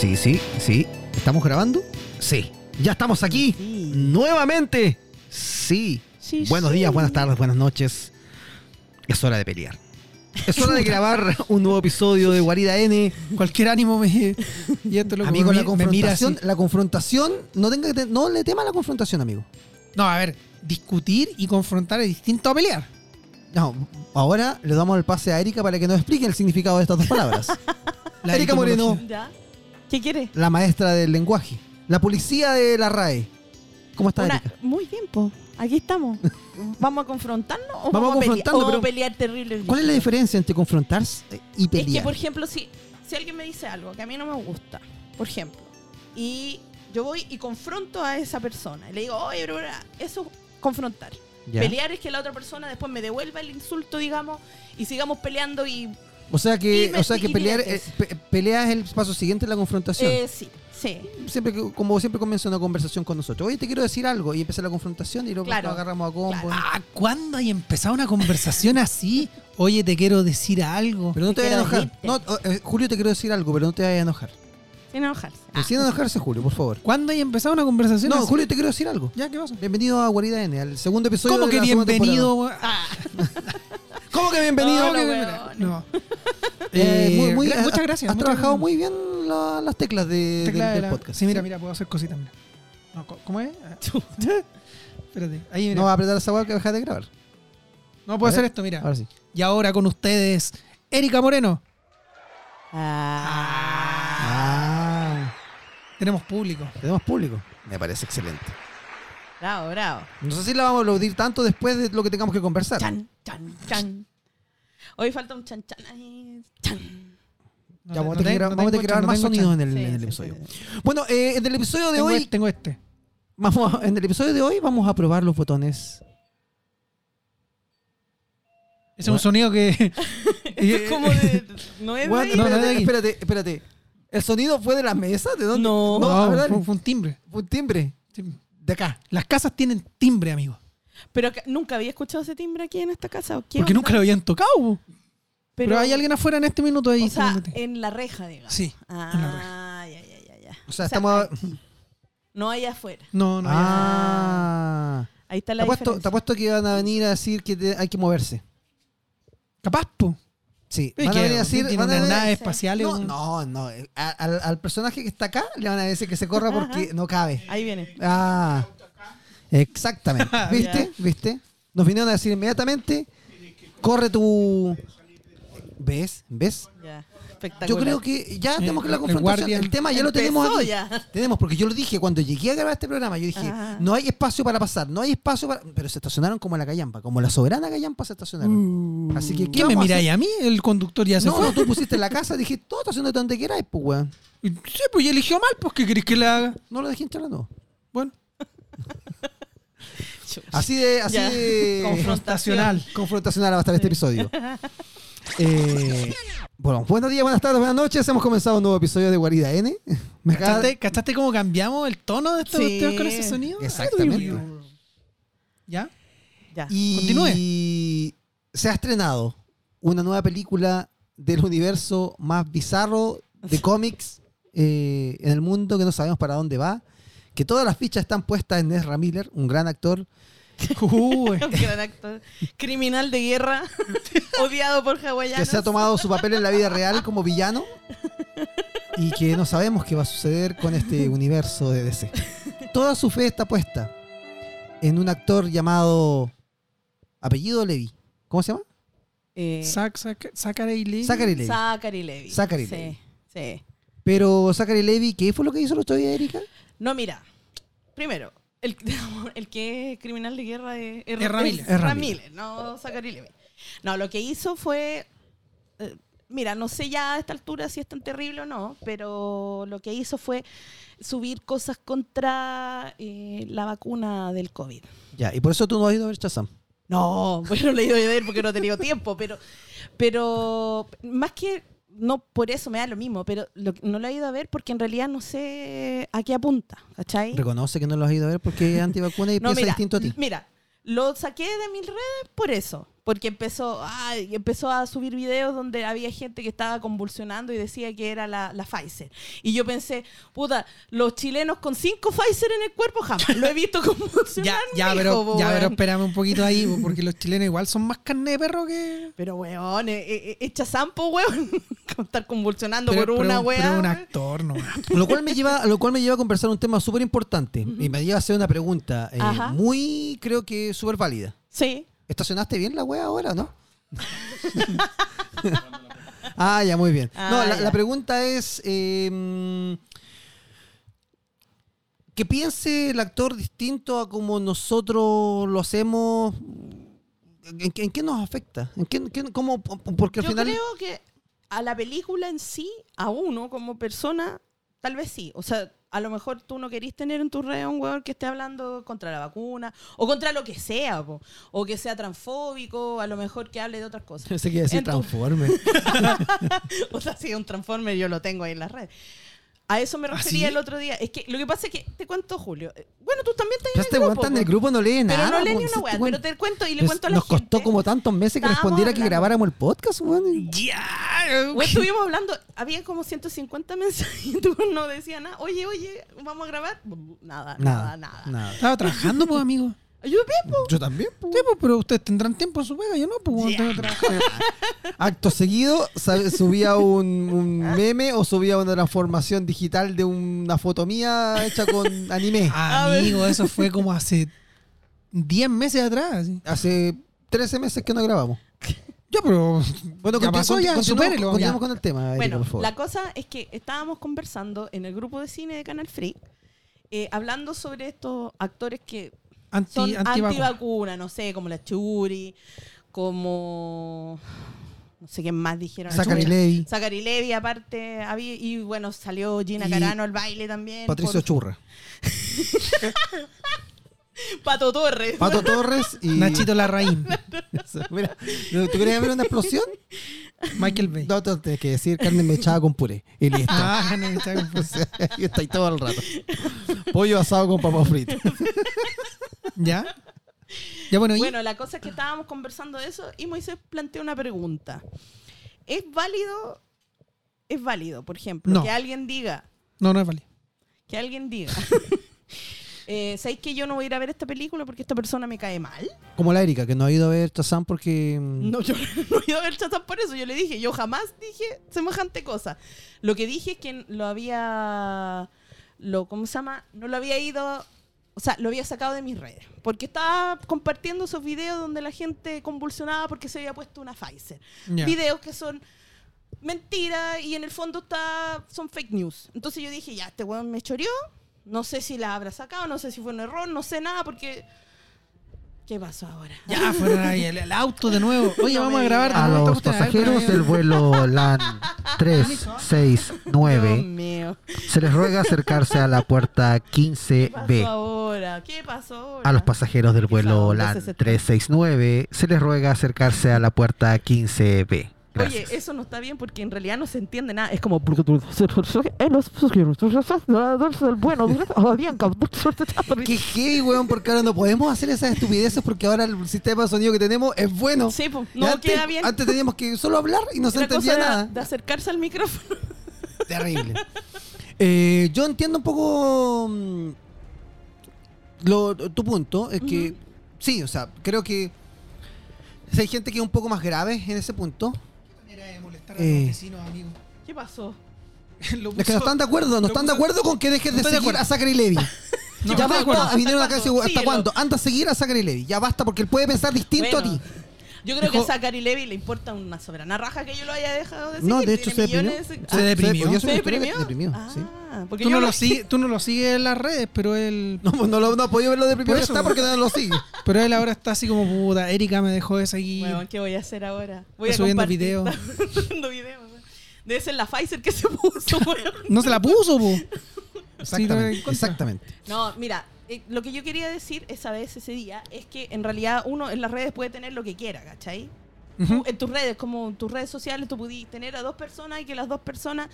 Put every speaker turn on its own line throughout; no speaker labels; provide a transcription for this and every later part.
Sí, sí, sí. ¿Estamos grabando? Sí. Ya estamos aquí.
Sí.
Nuevamente. Sí.
Sí,
Buenos
sí.
días, buenas tardes, buenas noches. Es hora de pelear. Es hora de grabar un nuevo episodio de Guarida N.
Cualquier ánimo me. Y esto loco,
Amigo,
me-
la
me mira así.
confrontación, la confrontación, no tenga que te- no le tema a la confrontación, amigo.
No, a ver, discutir y confrontar es distinto a pelear.
No, ahora le damos el pase a Erika para que nos explique el significado de estas dos palabras.
La
Erika
etimología.
Moreno,
¿Ya? ¿Qué quiere?
la maestra del lenguaje, la policía de la RAE. ¿Cómo está
Una-
Erika?
Muy bien, po. Aquí estamos. ¿Vamos a confrontarnos o
Vamos
vamos,
a
a pelear?
confrontarnos,
O
pero-
pelear terrible?
¿Cuál es la diferencia entre confrontarse y
Es que,
pelear?
por ejemplo, si, si alguien me dice algo que a mí no me gusta, por ejemplo, y yo voy y confronto a esa persona, y le digo, oye, bro, bro", eso es confrontar.
Ya.
Pelear es que la otra persona después me devuelva el insulto, digamos, y sigamos peleando y...
O sea que,
Dime
o sea que
si
pelear, eh,
quieres.
pe- pelea es el paso siguiente en la confrontación.
Eh, sí, sí.
siempre que- como siempre comienza una conversación con nosotros. Oye, te quiero decir algo y empieza la confrontación y luego
Claro.
nos agarramos a combo.
Ah, ¿cuándo hay empezado una conversación así? Oye, te quiero decir algo.
Pero no te,
Te
vayas a
quiero
enojar.
decirte.
No, oh, eh, Julio, te quiero decir algo, pero no te vayas a enojar.
Sin enojarse.
Ah.
Recién enojarse, Julio, por favor.
¿Cuándo hay empezado una conversación
No,
así?
Julio, te quiero decir algo.
Ya, ¿qué pasa?
Bienvenido a Guarida N, al segundo episodio.
¿Cómo
de
que
la segunda temporada.
bienvenido? Ah,
¿Cómo que bienvenido?
No,
que-
no,
mira,
weón.
no.
Eh,
Eh,
muy- muy-
gra-
has-
muchas gracias.
Has
muchas
trabajado
gracias.
muy bien la- las teclas de,
Tecla
del,
de
del
la-
podcast.
Sí, mira, mira, puedo hacer cositas. Mira. No, co- ¿Cómo es? Ah, Espérate. Ahí, mira.
No va a apretar esa hueá que dejar de grabar.
No puedo
a ver.
hacer esto, mira.
Ahora sí.
Y ahora con ustedes, Erika Moreno.
Ah,
Tenemos público.
tenemos público. Me parece excelente.
Bravo, bravo.
No sé si la vamos a aplaudir tanto después de lo que tengamos que conversar.
Chan, chan, chan. Hoy falta un chan, chan. ahí. Chan.
Ya,
No te-
vamos,
no
a tener que
te-
gra-
no
vamos a tener
tengo
que grabar
chan,
más
no tengo
sonidos
chan.
en el,
Sí,
en el
sí,
episodio.
sí,
Bueno, eh, en el episodio de
Tengo,
hoy,
este, tengo este.
vamos, a- en el episodio de hoy vamos a probar los botones.
Ese es un sonido que. eh,
Esto es como de. No es de
What?
ahí,
no,
pero-
no, de
espérate,
aquí.
espérate, espérate. ¿El sonido fue de la mesa? ¿De dónde?
No.
no
No,
¿verdad?
fue, fue un timbre.
Fue un timbre.
Tim-
De acá.
Las casas tienen timbre, amigo.
Pero que- nunca había escuchado ese timbre aquí en esta casa. ¿o qué
Porque
onda?
nunca lo habían tocado. po. Pero,
Pero,
hay alguien afuera en este minuto ahí.
O sea, eh,
sonándote.
en la reja, digamos.
Sí, en la reja.
Ah, ya, ya, ya, ya.
O sea, estamos.
aquí. No allá afuera.
No, no.
ah.
Ahí está
Te
la
apuesto, te
diferencia.
apuesto que van a venir a decir que te- hay que moverse.
ya. Capaz, po.
Sí.
Es
Van a
que
venir a decir.
tiene
van a
unas
venir-
naves espaciales.
no,
un-
no, no. eh, a- Al, al personaje que está acá le van a decir que se corra porque no cabe.
Ahí viene.
Ah. Exactamente. ¿Viste?
Ya.
¿Viste? Nos vinieron a decir inmediatamente, corre tu... ¿Ves? ¿Ves?
Ya. Espectacular.
Yo creo que ya tenemos que la
el
confrontación.
guardia.
El tema ya lo
Empezó
tenemos aquí.
ya.
Tenemos, porque yo lo dije cuando llegué a grabar este programa, yo dije,
Ah.
no hay espacio para pasar, no hay espacio para... Pero se estacionaron como la Callampa, como la soberana Callampa se estacionaron. Así que, ¿qué
¿Qué me
vamos a
miráis a mí? El conductor Uh, ya se
No,
fue.
no, tú pusiste la casa, dije, todo estacionate donde queráis, pues, weón.
Sí, pues y eligió mal, pues ¿qué querés que le haga?
No lo dejé entrar, no.
Bueno,
Así de... Así
Ya.
de...
Confrontacional.
confrontacional va a estar este episodio. Eh, bueno, buenos días, buenas tardes, buenas noches. Hemos comenzado un nuevo episodio de Guarida N. Me acaba-
¿Cachaste, ¿Cachaste cómo cambiamos el tono de estos
Sí.
cuestiones con ese sonido?
Exactamente.
¿Ya?
Ya.
Y se ha estrenado una nueva película del universo más bizarro de cómics eh, en el mundo que no sabemos para dónde va. Que todas las fichas están puestas en Ezra Miller, un gran actor.
Uy.
Un gran actor. Criminal de guerra. odiado por
que
hawaianos.
se ha tomado su papel en la vida real como villano y que no sabemos qué va a suceder con este universo de DC. Toda su fe está puesta en un actor llamado apellido Levy. ¿Cómo se llama?
Eh,
Sac, sac, Zachary Lee.
Zachary Levy.
Zachary Levy.
Zachary
sí,
Levi.
Sí.
Pero Zachary Levy, ¿qué fue lo que hizo el otro día, Erika?
No, mira. Primero, el, el que es criminal de guerra es, es
Es Ramírez.
es
Es Ramírez.
Ramírez, no Zachary Levi. No, lo que hizo fue. eh, mira, no sé ya a esta altura si es tan terrible o no, pero lo que hizo fue subir cosas contra eh, la vacuna del COVID.
Ya, y por eso tú no has ido a ver Shazam.
No, bueno, le he ido a ver porque no he tenido tiempo, pero, pero más que no por eso me da lo mismo, pero lo- no lo he ido a ver porque en realidad no sé a qué apunta, ¿cachai?
Reconoce que no lo has ido a ver porque es antivacuna y
¿Eh? No,
piensa
mira,
distinto a ti.
Mira, Lo saqué de mis redes por eso. Porque empezó, ay, empezó a subir videos donde había gente que estaba convulsionando y decía que era la, la Pfizer. Y yo pensé, puta, los chilenos con cinco Pfizer en el cuerpo jamás lo he visto
Ya,
convulsionar.
ya,
mijo,
pero,
po,
ya, pero
weón.
espérame un poquito ahí, po, porque los chilenos igual son más carne de perro que.
Pero, weón, eh, eh, echa sampo, weón. Con estar convulsionando por
pero- pero
una
un-
weá.
pero un
weón.
actor nomás.
Lo cual me lleva, lo cual me lleva a conversar un tema súper importante y me lleva a hacer una pregunta eh,
Ajá.
muy, creo que súper válida.
Sí.
¿Estacionaste bien la wea ahora, no? ah, ya, muy bien. No,
Ah,
la,
ya.
la pregunta es eh, que piense el actor distinto a como nosotros lo hacemos. ¿En, qué- en qué nos afecta? ¿En qué, qué- cómo, porque al
Yo
final...
creo que a la película en sí, a uno como persona, tal vez sí. O sea, a lo mejor tú no querís tener en tu red a un weón que esté hablando contra la vacuna o contra lo que sea, po. o que sea transfóbico, a lo mejor que hable de otras cosas.
Pensé que iba a decir
En tu-
transforme.
o sea, si es un transformer yo lo tengo ahí en la red. A eso me
¿Ah,
refería
sí?
el otro día. Es que lo que pasa es que, te cuento, Julio. eh, Bueno, tú también te
Ya este weón está en el grupo no lee nada.
Pero no leí
weón.
ni
Este
una weá.
weón-
Pero te cuento y le
Nos-
cuento a la
Pues, Nos
gente.
costó como tantos meses que
Estábamos
respondiera que
hablando.
grabáramos el podcast, weón.
¡Ya!
Güey, estuvimos hablando, había como 150 mensajes y tú no decía nada. Oye, oye, ¿vamos a grabar? Nada, nada, nada.
nada.
Estaba trabajando, pues, amigo.
Yo bien, po.
Yo también.
Sí, pues, pero ustedes tendrán tiempo en su pega, yo no, pues, weón, tengo que trabajar.
Acto seguido, sa- subía un, un meme o subía una transformación digital de una foto mía hecha con anime.
Ah. Amigo, eso fue como hace 10 meses atrás. así.
Hace 13 meses que no grabamos.
Ya, pero.
Bueno,
ya
continu-
pasó, ya,
continuamos-
supérelo.
continuamos con el tema, Erika,
Bueno,
por favor.
la cosa es que estábamos conversando en el grupo de cine de Canal Free, eh, hablando sobre estos actores que son
Anti, antivacuna.
antivacuna, no sé, como la Churi, como... No sé quién más dijeron.
Zachary
Chucha.
Levi,
Zachary Levi, aparte, había- y bueno, salió Gina
Y
Carano al baile también.
Patricio Churra,
por- Pato Torres.
Pato Torres y.
Nachito Larraín,
Mira, ¿tú querías ver una explosión?
Michael Bay.
No, te tienes que decir carne mechada con puré. Y listo.
Ah, no, me estaba
O
confundiendo.
sea, y está ahí todo el rato. Pollo asado con papas fritas.
¿Ya? Ya, bueno, y.
Bueno, la cosa es que estábamos conversando de eso y Moisés planteó una pregunta. ¿Es válido, es válido, por ejemplo,
No.
que alguien diga,
No, no es válido.
que alguien diga, eh, ¿sabéis que yo no voy a ir a ver esta película porque esta persona me cae mal?
Como la Erika, que no ha ido a ver Tazán porque. mm,
No, yo no he ido a ver Shazam por eso. Yo le dije, yo jamás dije semejante cosa. Lo que dije es que lo había. Lo, ¿Cómo se llama? No lo había ido. O sea, lo había sacado de mis redes. Porque estaba compartiendo esos videos donde la gente convulsionaba porque se había puesto una Pfizer.
Ya.
Videos que son mentira y en el fondo está, son fake news. Entonces yo dije, ya, este weón me choreó. No sé si la habrá sacado, no sé si fue un error, no sé nada porque. ¿Qué pasó ahora?
Ya, fueron ahí, el, el auto de nuevo. Oye,
No
vamos a
me
grabar de
digas.
A
nuevo esta
los
cuestión, ¿eh? a ver,
pasajeros
pero-
del vuelo LAN
Dios
369
mío.
se les ruega acercarse a la puerta
¿Qué pasó
15B.
ahora? ¿Qué pasó ahora?
A los pasajeros del vuelo LAN 369 se les ruega acercarse a la puerta 15B. Gracias.
Oye, eso no está bien porque en realidad no se entiende nada. Es como...
Qué heavy, weón, porque ahora no podemos hacer esas estupideces porque ahora el sistema de sonido que tenemos es bueno.
Sí, po,
Y
no
antes,
queda bien.
Antes teníamos que solo hablar y no se
Una cosa
entendía
era
nada.
de acercarse al micrófono.
Terrible. Eh, yo entiendo un poco mm, lo- tu punto. Es que
Ujú.
sí, o sea, creo que si hay gente que es un poco más grave en ese punto.
Manera de molestar a
Eh.
los vecinos, amigo.
¿Qué pasó?
Lo
Es que no
puso-
están de acuerdo, no
lo
están de
puso-
acuerdo con que dejes de
Estoy de
seguir
acuerdo.
a Zachary Levy.
No,
ya
estoy de
basta,
acuerdo.
vinieron acá y
¿Hasta
decían, ¿hasta
cuándo?
cuándo? Anda a seguir a Zachary Levy, ya basta porque él puede pensar distinto
Bueno,
a ti.
Yo creo que
Dijo-
a Zachary Levy le importa una soberana raja que yo lo haya dejado de seguir.
No, de hecho se
Tiene
deprimió.
millones de-
Se
Ah,
deprimió.
yo
¿se
soy una persona que-
deprimió?
deprimió, sí.
Ah, porque
Tú
yo
no,
lo-
lo sigues, tú no lo sigues en las redes, pero él,
No, pues, no lo no ha podido ver lo deprimido
Por
que
eso,
está
weón.
porque no lo sigue.
pero él ahora está así como puta. Erika me dejó de seguir.
Bueno, ¿qué voy a hacer ahora? Voy
Está subiendo
compartir-
videos.
está subiendo videos. Debe ser la Pfizer que se puso, weón.
No se la puso, po.
Exactamente, exactamente.
No, mira, eh, lo que yo quería decir esa vez, ese día, es que en realidad uno en las redes puede tener lo que quiera, ¿cachai? Tú,
Ujú.
en tus redes, como en tus redes sociales, tú pudiste tener a dos personas y que las dos personas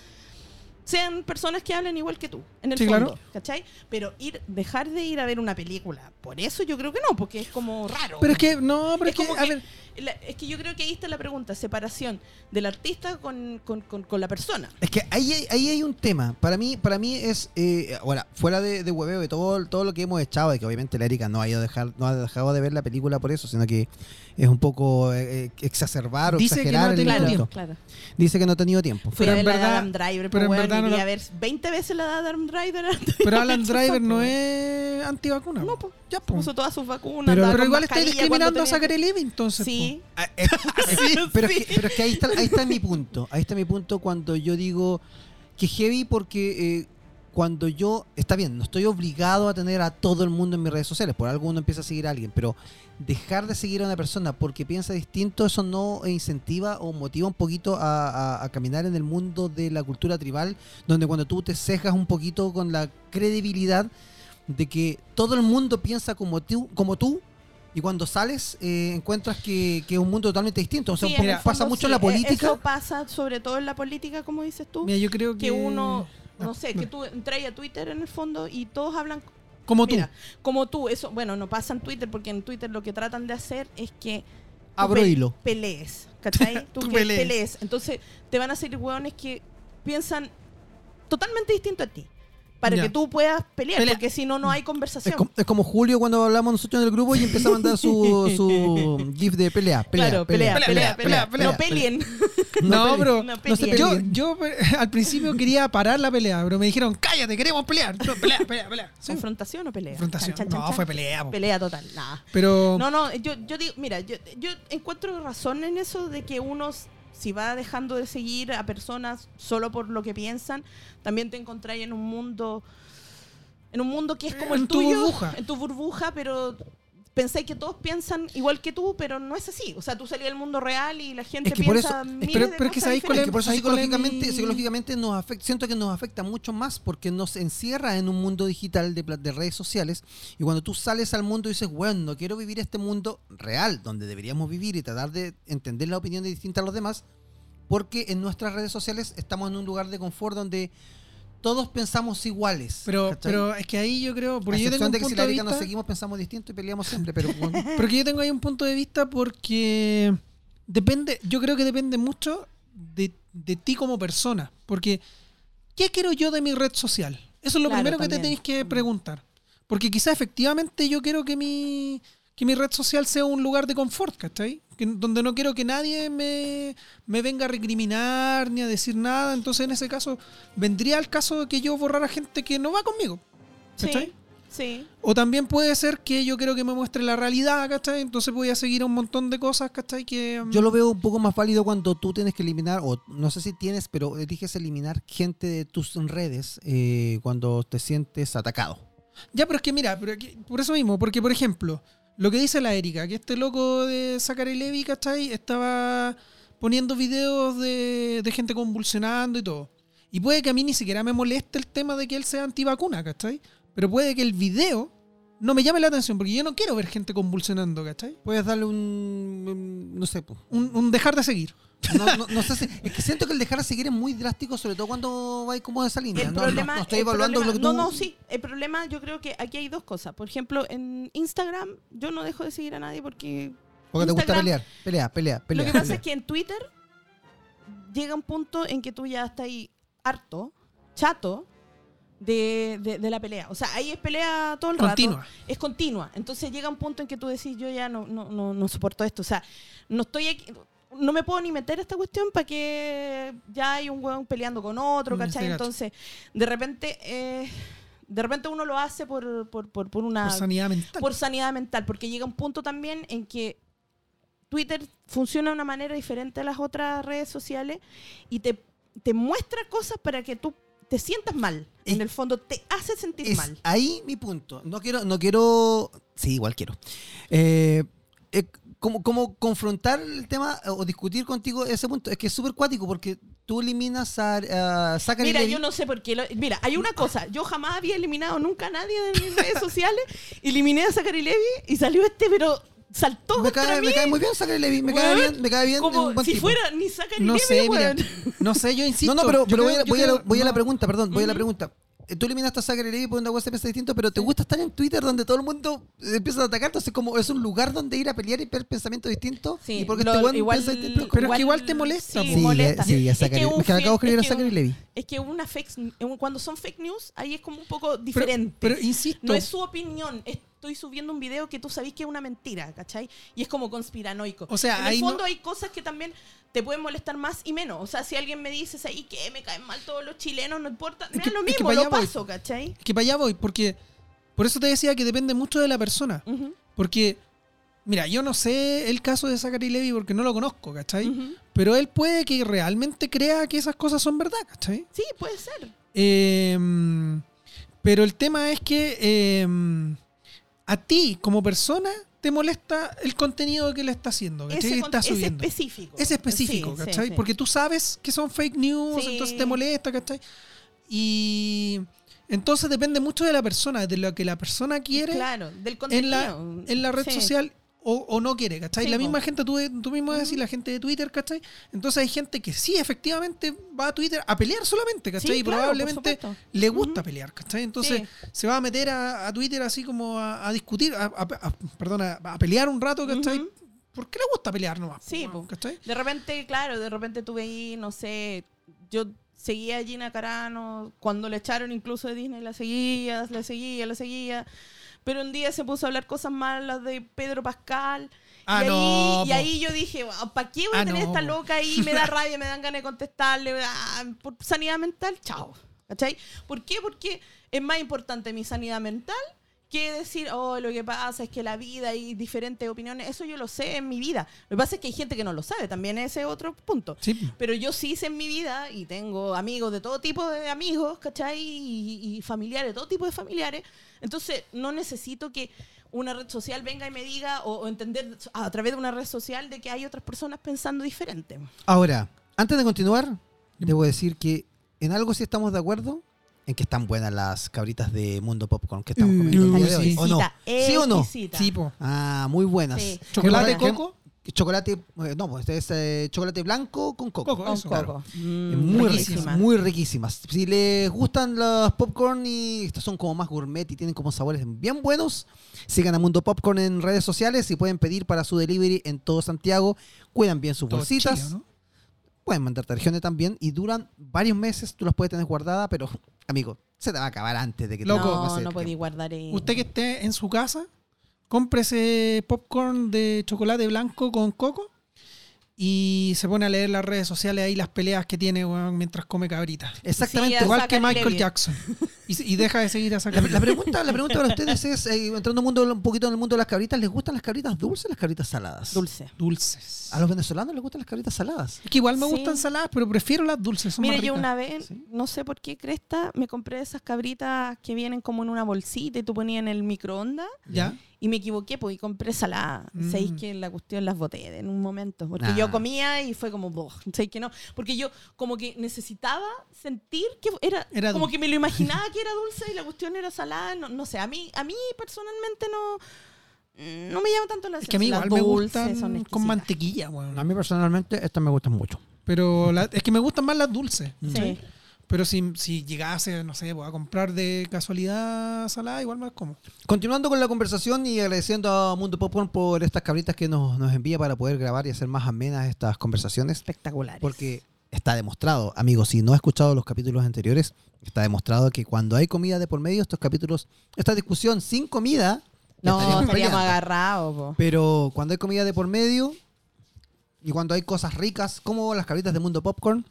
sean personas que hablen igual que tú, en el
Sí,
fondo,
claro.
¿cachai? Pero ir, dejar de ir a ver una película, por eso yo creo que no, porque es como raro.
Pero es que, no, pero
Es
es, que,
como
a
que-
ver,
La- es que yo creo que ahí está la pregunta, separación del artista con, con- con- con la persona.
Es que ahí, hay- ahí hay un tema. Para mí, para mí es, eh, bueno, fuera de, de hueveo, de todo, todo lo que hemos echado, de que obviamente la Erika no ha, ido a dejar, no ha dejado de ver la película por eso, sino que es un poco eh, eh, exacerbar o
Dice que no
exagerar
ha
el
tenido
punto.
tiempo.
claro.
Dice que no ha tenido tiempo.
Fui
Pero
a
en
ver la de
verdad-
Adam Driver, pues,
pero
pero
en verdad no
no
la-
a ver 20 veces la de Adam Driver.
pero Alan Driver no es antivacuna.
No,
po.
pues,
ya, po.
puso todas sus vacunas.
Pero,
andaba
pero
con
igual estáis
mascarilla cuando
discriminando a pues,
tenía que-
Zachary Levi, entonces.
Sí,
Ah, eh, pero, es que, pero es que ahí está, ahí está mi punto. Ahí está mi punto cuando yo digo que heavy porque eh, cuando yo, está bien, no estoy obligado a tener a todo el mundo en mis redes sociales, por algo uno empieza a seguir a alguien, pero dejar de seguir a una persona porque piensa distinto, eso no incentiva o motiva un poquito a, a- a caminar en el mundo de la cultura tribal, donde cuando tú te cejas un poquito con la credibilidad de que todo el mundo piensa como tú, como tú y cuando sales eh, encuentras que, que es un mundo totalmente distinto. O sea,
Sí,
po-
en el
pasa
fondo
mucho
sí.
en la
Eh,
política.
Eso pasa sobre todo en la política, como dices tú.
po. Mira, yo creo que.
que uno, no
Ah,
sé,
no.
que tú entras a Twitter en el fondo y todos hablan
Como tú.
mira, como tú. Eso, bueno, no pasa en Twitter porque en Twitter lo que tratan de hacer es que
Abro
pe-
hilo.
pelees, ¿cachai? Tú,
Tú
que
pelees.
pelees. Entonces te van a salir hueones que piensan totalmente distinto a ti. Para
Ya.
que tú puedas pelear,
Pelea.
porque si no, no hay
Es
conversación.
como, es como Julio cuando hablamos nosotros en el grupo y empieza a mandar su, su GIF de pelea, pelea,
claro, pelea, pelea, pelea,
pelea,
No peleen.
No,
pelea.
pero
No
no sé,
peleen.
yo, yo eh, al principio quería parar la pelea, pero me dijeron, cállate, queremos pelear. No, pelea, pelea, pelea. Sí,
¿Confrontación o pelea?
confrontación.
Chan, chan, chan,
no,
chan.
fue pelea. po.
Pelea total, nada.
Pero
No, no, yo, yo digo, mira, yo, yo encuentro razón en eso de que uno, s- si va dejando de seguir a personas solo por lo que piensan, también te encontráis en un mundo, en un mundo que es como
Eh, En
el
tu
tuyo,
burbuja.
en tu burbuja, pero pensáis que todos piensan igual que tú, pero no es así. O sea, tú salís del mundo real y la gente
Es que por
piensa
eso- es que-
miles
pero-
de
pero es que
cosas
sabéis cuál
Es
diferentes.
que por eso
¿Sabes cuál es
psicológicamente,
mi-
psicológicamente nos afecta, siento que nos afecta mucho más porque nos encierra en un mundo digital de, pla- de redes sociales y cuando tú sales al mundo y dices, bueno, no quiero vivir este mundo real donde deberíamos vivir y tratar de entender la opinión de distinta a los demás, porque en nuestras redes sociales estamos en un lugar de confort donde todos pensamos iguales.
Pero,
¿cachai?
pero es que ahí yo creo,
A
porque yo tengo
excepción
un
de que si
punto
la
de
Erika nos
vista,
seguimos pensamos distinto y peleamos siempre, pero bueno,
porque yo tengo ahí un punto de vista porque depende, yo creo que depende mucho de, de ti como persona, porque ¿qué quiero yo de mi red social? Eso es lo
Claro,
primero que te
también. Mm.
tenéis que preguntar, porque quizá efectivamente yo quiero que mi que mi red social sea un lugar de confort, ¿cachai? Que- donde no quiero que nadie me, me venga a recriminar ni a decir nada. Entonces, en ese caso, vendría el caso de que yo borrara gente que no va conmigo. ¿Cachai?
Sí, sí.
O también puede ser que yo creo que me muestre la realidad, ¿cachai? Entonces voy a seguir a un montón de cosas, ¿cachai? Que, mm,
Yo lo veo un poco más válido cuando tú tienes que eliminar, o no sé si tienes, pero eliges eliminar gente de tus redes eh, cuando te sientes atacado.
Ya, pero es que mira, pero aquí- por eso mismo, porque por ejemplo, lo que dice la Erika, que este loco de Zachary Levy, ¿cachai? Estaba poniendo videos de, de gente convulsionando y todo. Y puede que a mí ni siquiera me moleste el tema de que él sea antivacuna, ¿cachai? Pero puede que el video no me llame la atención, porque yo no quiero ver gente convulsionando, ¿cachai?
Puedes darle un. un- No sé, po.
Un, un dejar de seguir.
no, no- no sé si- es que siento que el dejar de seguir es muy drástico, sobre todo cuando va como de esa línea.
El
no, no-
problema,
no estoy
el
evaluando
problema-
lo que tú.
No, no, sí. El problema, yo creo que aquí hay dos cosas. Por ejemplo, en Instagram, yo no dejo de seguir a nadie porque.
Porque te gusta
Instagram-
pelear, pelea, pelea, pelea.
lo que pasa
pelea.
es que en Twitter llega un punto en que tú ya estás ahí harto, chato. De, de- de la pelea. O sea, ahí es pelea todo el rato.
Continua.
Es continua. Entonces llega un punto en que tú decís, yo ya no, no, no, no soporto esto. O sea, no estoy aquí- no me puedo ni meter a esta cuestión para que ya hay un hueón peleando con otro,
Mm,
¿cachai?
este gacho.
Entonces, de repente, eh, de repente uno lo hace por, por, por, por una
Por sanidad mental.
por sanidad mental, porque llega un punto también en que Twitter funciona de una manera diferente a las otras redes sociales y te, te muestra cosas para que tú te sientas mal.
Es-
en el fondo, te hace sentir
Es
mal.
ahí mi punto. No quiero, no quiero. Sí, igual quiero. Eh, eh, como, como confrontar el tema eh, o discutir contigo ese punto. Es que es súper cuático porque tú eliminas a, a Zachary
Mira,
Levi.
yo no sé por qué. lo- mira, hay una cosa. Yo jamás había eliminado nunca a nadie de mis redes sociales. Eliminé a Zachary Levy y salió este, pero saltó
me,
contra
cae,
mí.
me cae muy bien Zachary Levi, me
Weón,
cae bien, me cae bien. es un
Como
buen
si
tipo.
fuera ni Zachary
No
Levi,
sé, mira.
weón.
No sé, yo insisto.
No, no, pero,
yo
pero voy,
creo-
a,
yo
voy a la,
creo-
voy a la
no.
pregunta, perdón, voy a la
Ujú.
pregunta. Eh, Tú eliminaste a Zachary Levi por una web se piensa distinto, pero ¿te gusta estar en Twitter donde todo el mundo eh, empieza a atacar? Entonces, como es un lugar donde ir a pelear y ver pensamientos distintos.
Sí,
y porque
lo-
este weón
igual-
piensa distinto.
pero es que igual te molesta,
Sí,
po.
molesta.
sí, a
Es que
Zachary.
un
Es que le acabo de
fiel-
escribir a
es que
Zachary
un-
Levi.
Es que una fake, cuando son fake news, ahí es como un poco
Pero-
diferente.
Pero, insisto.
no es su opinión. Estoy subiendo un video que tú sabés que es una mentira, ¿cachai? Y es como conspiranoico.
O sea,
en
ahí
el
no-
fondo hay cosas que también te pueden molestar más y menos. O sea, si alguien me dice, ahí que me caen mal todos los chilenos, no importa. Me
Es que-
da lo
es que
mismo,
para
lo
allá voy.
paso, ¿cachai?
que para allá voy, porque por eso te decía que depende mucho de la persona.
Ujú,
Porque, mira, yo no sé el caso de Zachary Levy porque no lo conozco, ¿cachai?
ujú.
Pero él puede que realmente crea que esas cosas son verdad, ¿cachai?
Sí, puede ser.
Eh, pero el tema es que eh, a ti como persona te molesta el contenido que le está haciendo, ¿cachai?
Ese
Que
con-
está
es
subiendo.
específico.
Es específico,
Sí, sí,
¿cachai?
sí.
Porque tú sabes que son fake news,
Sí.
entonces te molesta, ¿cachai? Y entonces depende mucho de la persona, de lo que la persona quiere
Claro, del
en, la,
contenido.
en la red
Sí.
social o, o no quiere, ¿cachai?
Sí,
la
po.
misma gente, tú, tú mismo decís,
Ujú.
la gente de Twitter, ¿cachai? Entonces hay gente que sí, efectivamente, va a Twitter a pelear solamente, ¿cachai?
Sí,
y
claro, por
probablemente
supuesto.
le gusta
Ujú.
pelear, ¿cachai? Entonces se va a meter a, a Twitter así como a, a discutir, a, a- a- perdón, a, a pelear un rato, ¿cachai?
Ujú.
¿Por qué le gusta pelear nomás?
Sí,
po,
po.
¿cachai?
De repente, claro, de repente tuve ahí, no sé, yo seguía a Gina Carano, cuando le echaron incluso de Disney, la seguía, la seguía, la seguía. Pero un día se puso a hablar cosas malas de Pedro Pascal.
Ah,
y, ahí,
no,
y
po.
ahí yo dije, ¿para qué voy a
Ah,
tener
no,
esta
po.
loca ahí? Me da rabia, me dan ganas de contestarle. me da- ah, por sanidad mental, chao. ¿Cachai? ¿Por qué? Porque es más importante mi sanidad mental que decir, oh, lo que pasa es que la vida y diferentes opiniones, eso yo lo sé en mi vida. Lo que pasa es que hay gente que no lo sabe, también ese es otro punto.
Sí, po.
Pero yo sí hice en mi vida y tengo amigos de todo tipo de amigos, ¿cachai? Y, y familiares, todo tipo de familiares. Entonces, no necesito que una red social venga y me diga o, o entender a través de una red social de que hay otras personas pensando diferente.
Ahora, antes de continuar, debo decir que en algo sí estamos de acuerdo en que están buenas las cabritas de Mundo Popcorn que estamos
Mm,
comiendo el día de hoy.
sí.
¿O no?
Exquisita,
¿Sí o no?
exquisita.
Sí, po.
Ah, muy buenas.
Sí.
¿Chocolate
Crema-
coco?
Chocolate, eh, no, pues, es eh, chocolate blanco con coco.
Coco,
Con
eso,
coco.
claro.
Mm,
Eh, Muy
riquísima.
riquísimas, muy riquísimas. Si les gustan las popcorn y estas son como más gourmet y tienen como sabores bien buenos, sigan a Mundo Popcorn en redes sociales y pueden pedir para su delivery en todo Santiago. Cuidan bien sus
Todo
bolsitas.
chileo, ¿no?
pueden mandarte a regiones también y duran varios meses, tú las puedes tener guardadas, pero amigo, se te va a acabar antes de que
Loco.
te
No,
pase el
no podí
tiempo.
guardar. eh.
Usted que esté en su casa, cómprese popcorn de chocolate blanco con coco y se pone a leer las redes sociales ahí las peleas que tiene weón, mientras come cabrita.
Exactamente.
Sí,
Igual
Zachary
que Michael
Levi.
Jackson. Y, se- y deja de seguir a
La,
sacar.
la pregunta, la pregunta para ustedes es, eh, entrando un, mundo, un poquito en el mundo de las cabritas, ¿les gustan las cabritas dulces o las cabritas saladas?
Dulce.
dulces.
A los venezolanos les gustan las cabritas saladas.
Es que igual me
Sí.
gustan saladas, pero prefiero las dulces. Son
Mire,
más
yo
ricas.
una vez,
Sí.
no sé por qué cresta, me compré esas cabritas que vienen como en una bolsita y tú ponías en el microondas
¿Ya?
y me equivoqué porque compré salada.
Mm.
Sabéis que la cuestión las boté en un momento. Porque
Ah.
yo comía y fue como, "Boh", sabéis que no. Porque yo como que necesitaba sentir que era,
Era
como
dulce.
que me lo imaginaba que era dulce y la cuestión era salada. No, no sé, a mí, a mí personalmente no, no me llama tanto la
Es que a mí
atención. Las
igual me
dulces son
gustan con
exquisitas.
mantequilla, weón.
mí personalmente estas me gustan mucho.
Pero la- es que me gustan más las dulces.
Sí.
Pero si, si llegase, no sé, pues, a comprar de casualidad salada, igual más como.
Continuando con la conversación y agradeciendo a Mundo Popcorn por estas cabritas que nos, nos envía para poder grabar y hacer más amenas estas conversaciones.
Espectaculares.
Porque está demostrado, amigos, si no has escuchado los capítulos anteriores, está demostrado que cuando hay comida de por medio, estos capítulos, esta discusión sin comida, la
no, estaríamos,
peleando.
agarrados. po.
Pero cuando hay comida de por medio y cuando hay cosas ricas, como las cabritas de Mundo Popcorn,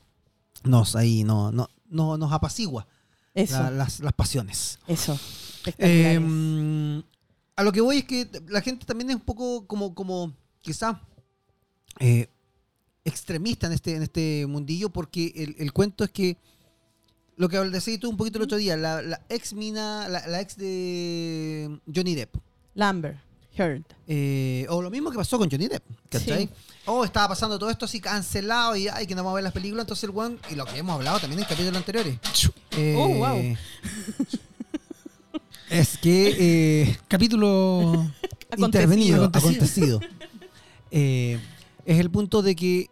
nos ahí no, no, no nos apacigua
Eso.
la- las, las pasiones.
Eso.
Eh,
Espectaculares.
Em, a lo que voy es que la gente también es un poco como, como quizá eh, extremista en este, en este mundillo, porque el, el cuento es que lo que decís tú un poquito el otro día, la, la ex mina, la, la ex de Johnny Depp.
Lambert, Heard.
eh, o lo mismo que pasó con Johnny Depp, ¿cachai?
Sí.
Oh, estaba pasando todo esto así cancelado y ay, que no vamos a ver las películas. Entonces el one, y lo que hemos hablado también en capítulos anteriores. eh,
Oh, wow.
Es que eh,
Capítulo
Acontecido.
intervenido,
Acontecido.
acontecido. Eh, es el punto de que,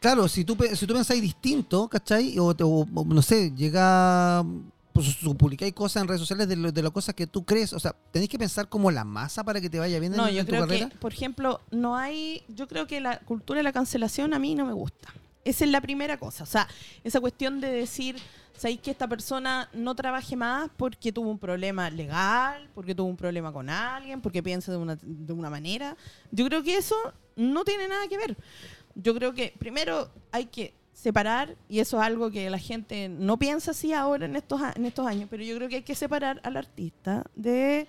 claro, si tú, pe- si tú pensáis distinto, ¿cachai? O, te- o- o no sé, llega, pues su- publicáis cosas en redes sociales de, lo- de las cosas que tú crees, o sea, tenéis que pensar como la masa para que te vaya bien en-
No,
en,
yo
tu
creo
carrera.
que, por ejemplo, no hay. Yo creo que la cultura de la cancelación a mí no me gusta. Esa es la primera cosa. O sea, esa cuestión de decir, sabéis que esta persona no trabaje más porque tuvo un problema legal, porque tuvo un problema con alguien, porque piensa de una, de una manera. Yo creo que eso no tiene nada que ver. Yo creo que primero hay que separar, y eso es algo que la gente no piensa así ahora en estos, a- en estos años, pero yo creo que hay que separar al artista de,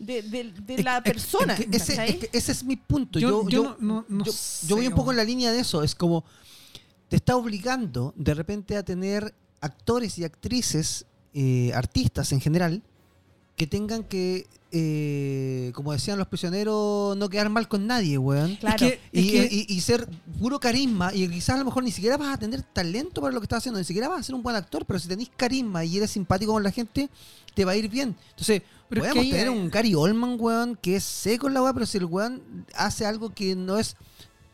de, de- de la
Es que-
persona.
es que ese,
¿cachai?
es que ese es mi punto.
Yo-
Yo,
yo
yo-
no- no- no
yo-
sé,
yo voy un poco en
weón.
la línea de eso. Es como te está obligando de repente a tener actores y actrices, eh, artistas en general, que tengan que, eh, como decían los prisioneros, no quedar mal con nadie, weón.
Claro.
Es que-
Y, eh,
es que-
y- y ser puro carisma, y quizás a lo mejor ni siquiera vas a tener talento para lo que estás haciendo, ni siquiera vas a ser un buen actor, pero si tenés carisma y eres simpático con la gente, te va a ir bien. Entonces,
Pero es que
podemos
ahí
tener
hay-
un Gary Oldman, weón, que es seco en la weá, pero si el weón hace algo que no es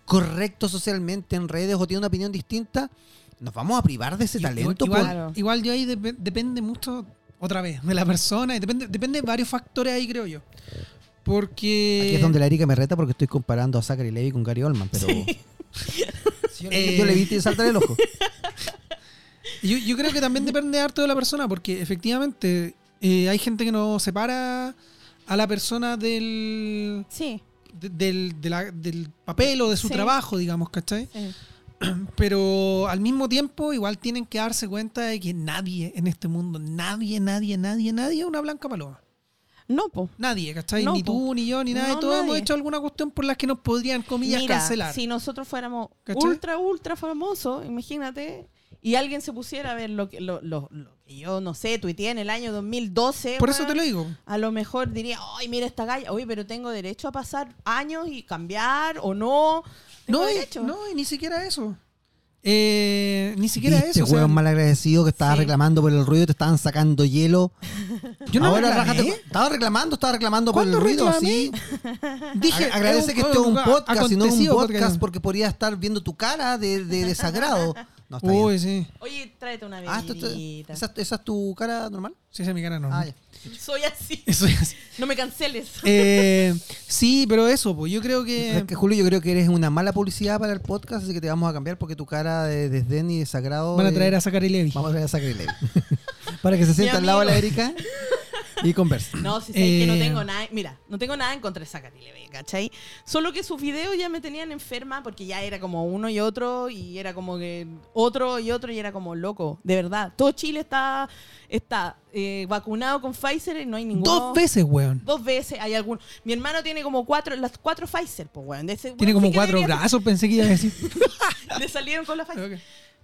correcto socialmente en redes o tiene una opinión distinta, nos vamos a privar de ese
Igual-
talento.
Igual,
po.
Claro.
igual yo ahí depe- depende mucho, otra vez, de la persona. y Depende, depende de varios factores ahí, creo yo. Porque.
Aquí es donde la Erika me reta porque estoy comparando a Zachary Levy con Gary Oldman, pero... Si yo, le- yo le vi saltar el ojo.
Yo, yo creo que también depende harto de la persona, porque efectivamente eh, hay gente que no separa a la persona del,
Sí,
de- del, de la- del papel o de su
Sí.
trabajo, digamos, ¿cachai?
sí.
Pero al mismo tiempo igual tienen que darse cuenta de que nadie en este mundo, nadie, nadie, nadie, nadie es una blanca paloma.
No, po.
Nadie, ¿cachai?
No,
ni
po.
tú, ni yo, ni nadie.
No,
Todos hemos
nadie.
hecho alguna cuestión por las que nos podrían, comillas,
Mira,
cancelar.
si nosotros fuéramos
¿Cachai?
ultra, ultra famosos, imagínate, y alguien se pusiera a ver lo que, lo, lo- lo que yo, no sé, tuiteé en el año 2012.
Por eso te
weón,
lo digo.
A lo mejor diría, ay, mira esta galla, oye, pero tengo derecho a pasar años y cambiar o no. Tengo
No, y-
derecho.
no, y ni siquiera eso. Eh, ni siquiera
Viste,
eso. o sea,
hueón malagradecido que estaba
Sí.
reclamando por el ruido, te estaban sacando hielo.
yo no
Ahora
reclamé.
rájate. Estaba reclamando, estaba reclamando por el
¿Cuándo
ruido,
reclamé?
así.
Dije,
Ag- agradece
es
que esto es un
a-
podcast y no un
acontecido
podcast porque podría estar viendo tu cara de, de desagrado. No, está bien.
Uy, sí.
Oye, tráete una
Ah, esto- esto-
bebidita.
¿esa, esa es tu cara normal?
Sí, esa es mi cara, no.
Ah, ya.
Soy así,
Eso es.
no me canceles.
Eh, sí, pero eso, pues yo creo
Es
que.
que, Julio, yo creo que eres una mala publicidad para el podcast, así que te vamos a cambiar porque tu cara de desdén y desagrado.
Van a
eh,
traer a Zachary Levi.
Vamos a traer a Zachary Levi. para que se sienta al lado de la Erika y converse.
No, si sabes que no
Eh,
tengo nada. Mira, no tengo nada en contra de Zachary Levi, ¿cachai? Solo que sus videos ya me tenían enferma porque ya era como uno y otro y era como que otro y otro y era como loco. De verdad. Todo Chile está, está eh, vacunado con Pfizer y no hay ninguno.
Dos veces, weón.
Dos veces hay alguno. Mi hermano tiene como cuatro, las cuatro Pfizer, pues, weón. De ese-
Tiene
weón,
como
sí que
cuatro
debería-
brazos, pensé que iba a decir.
Le salieron con la Pfizer.
Ok.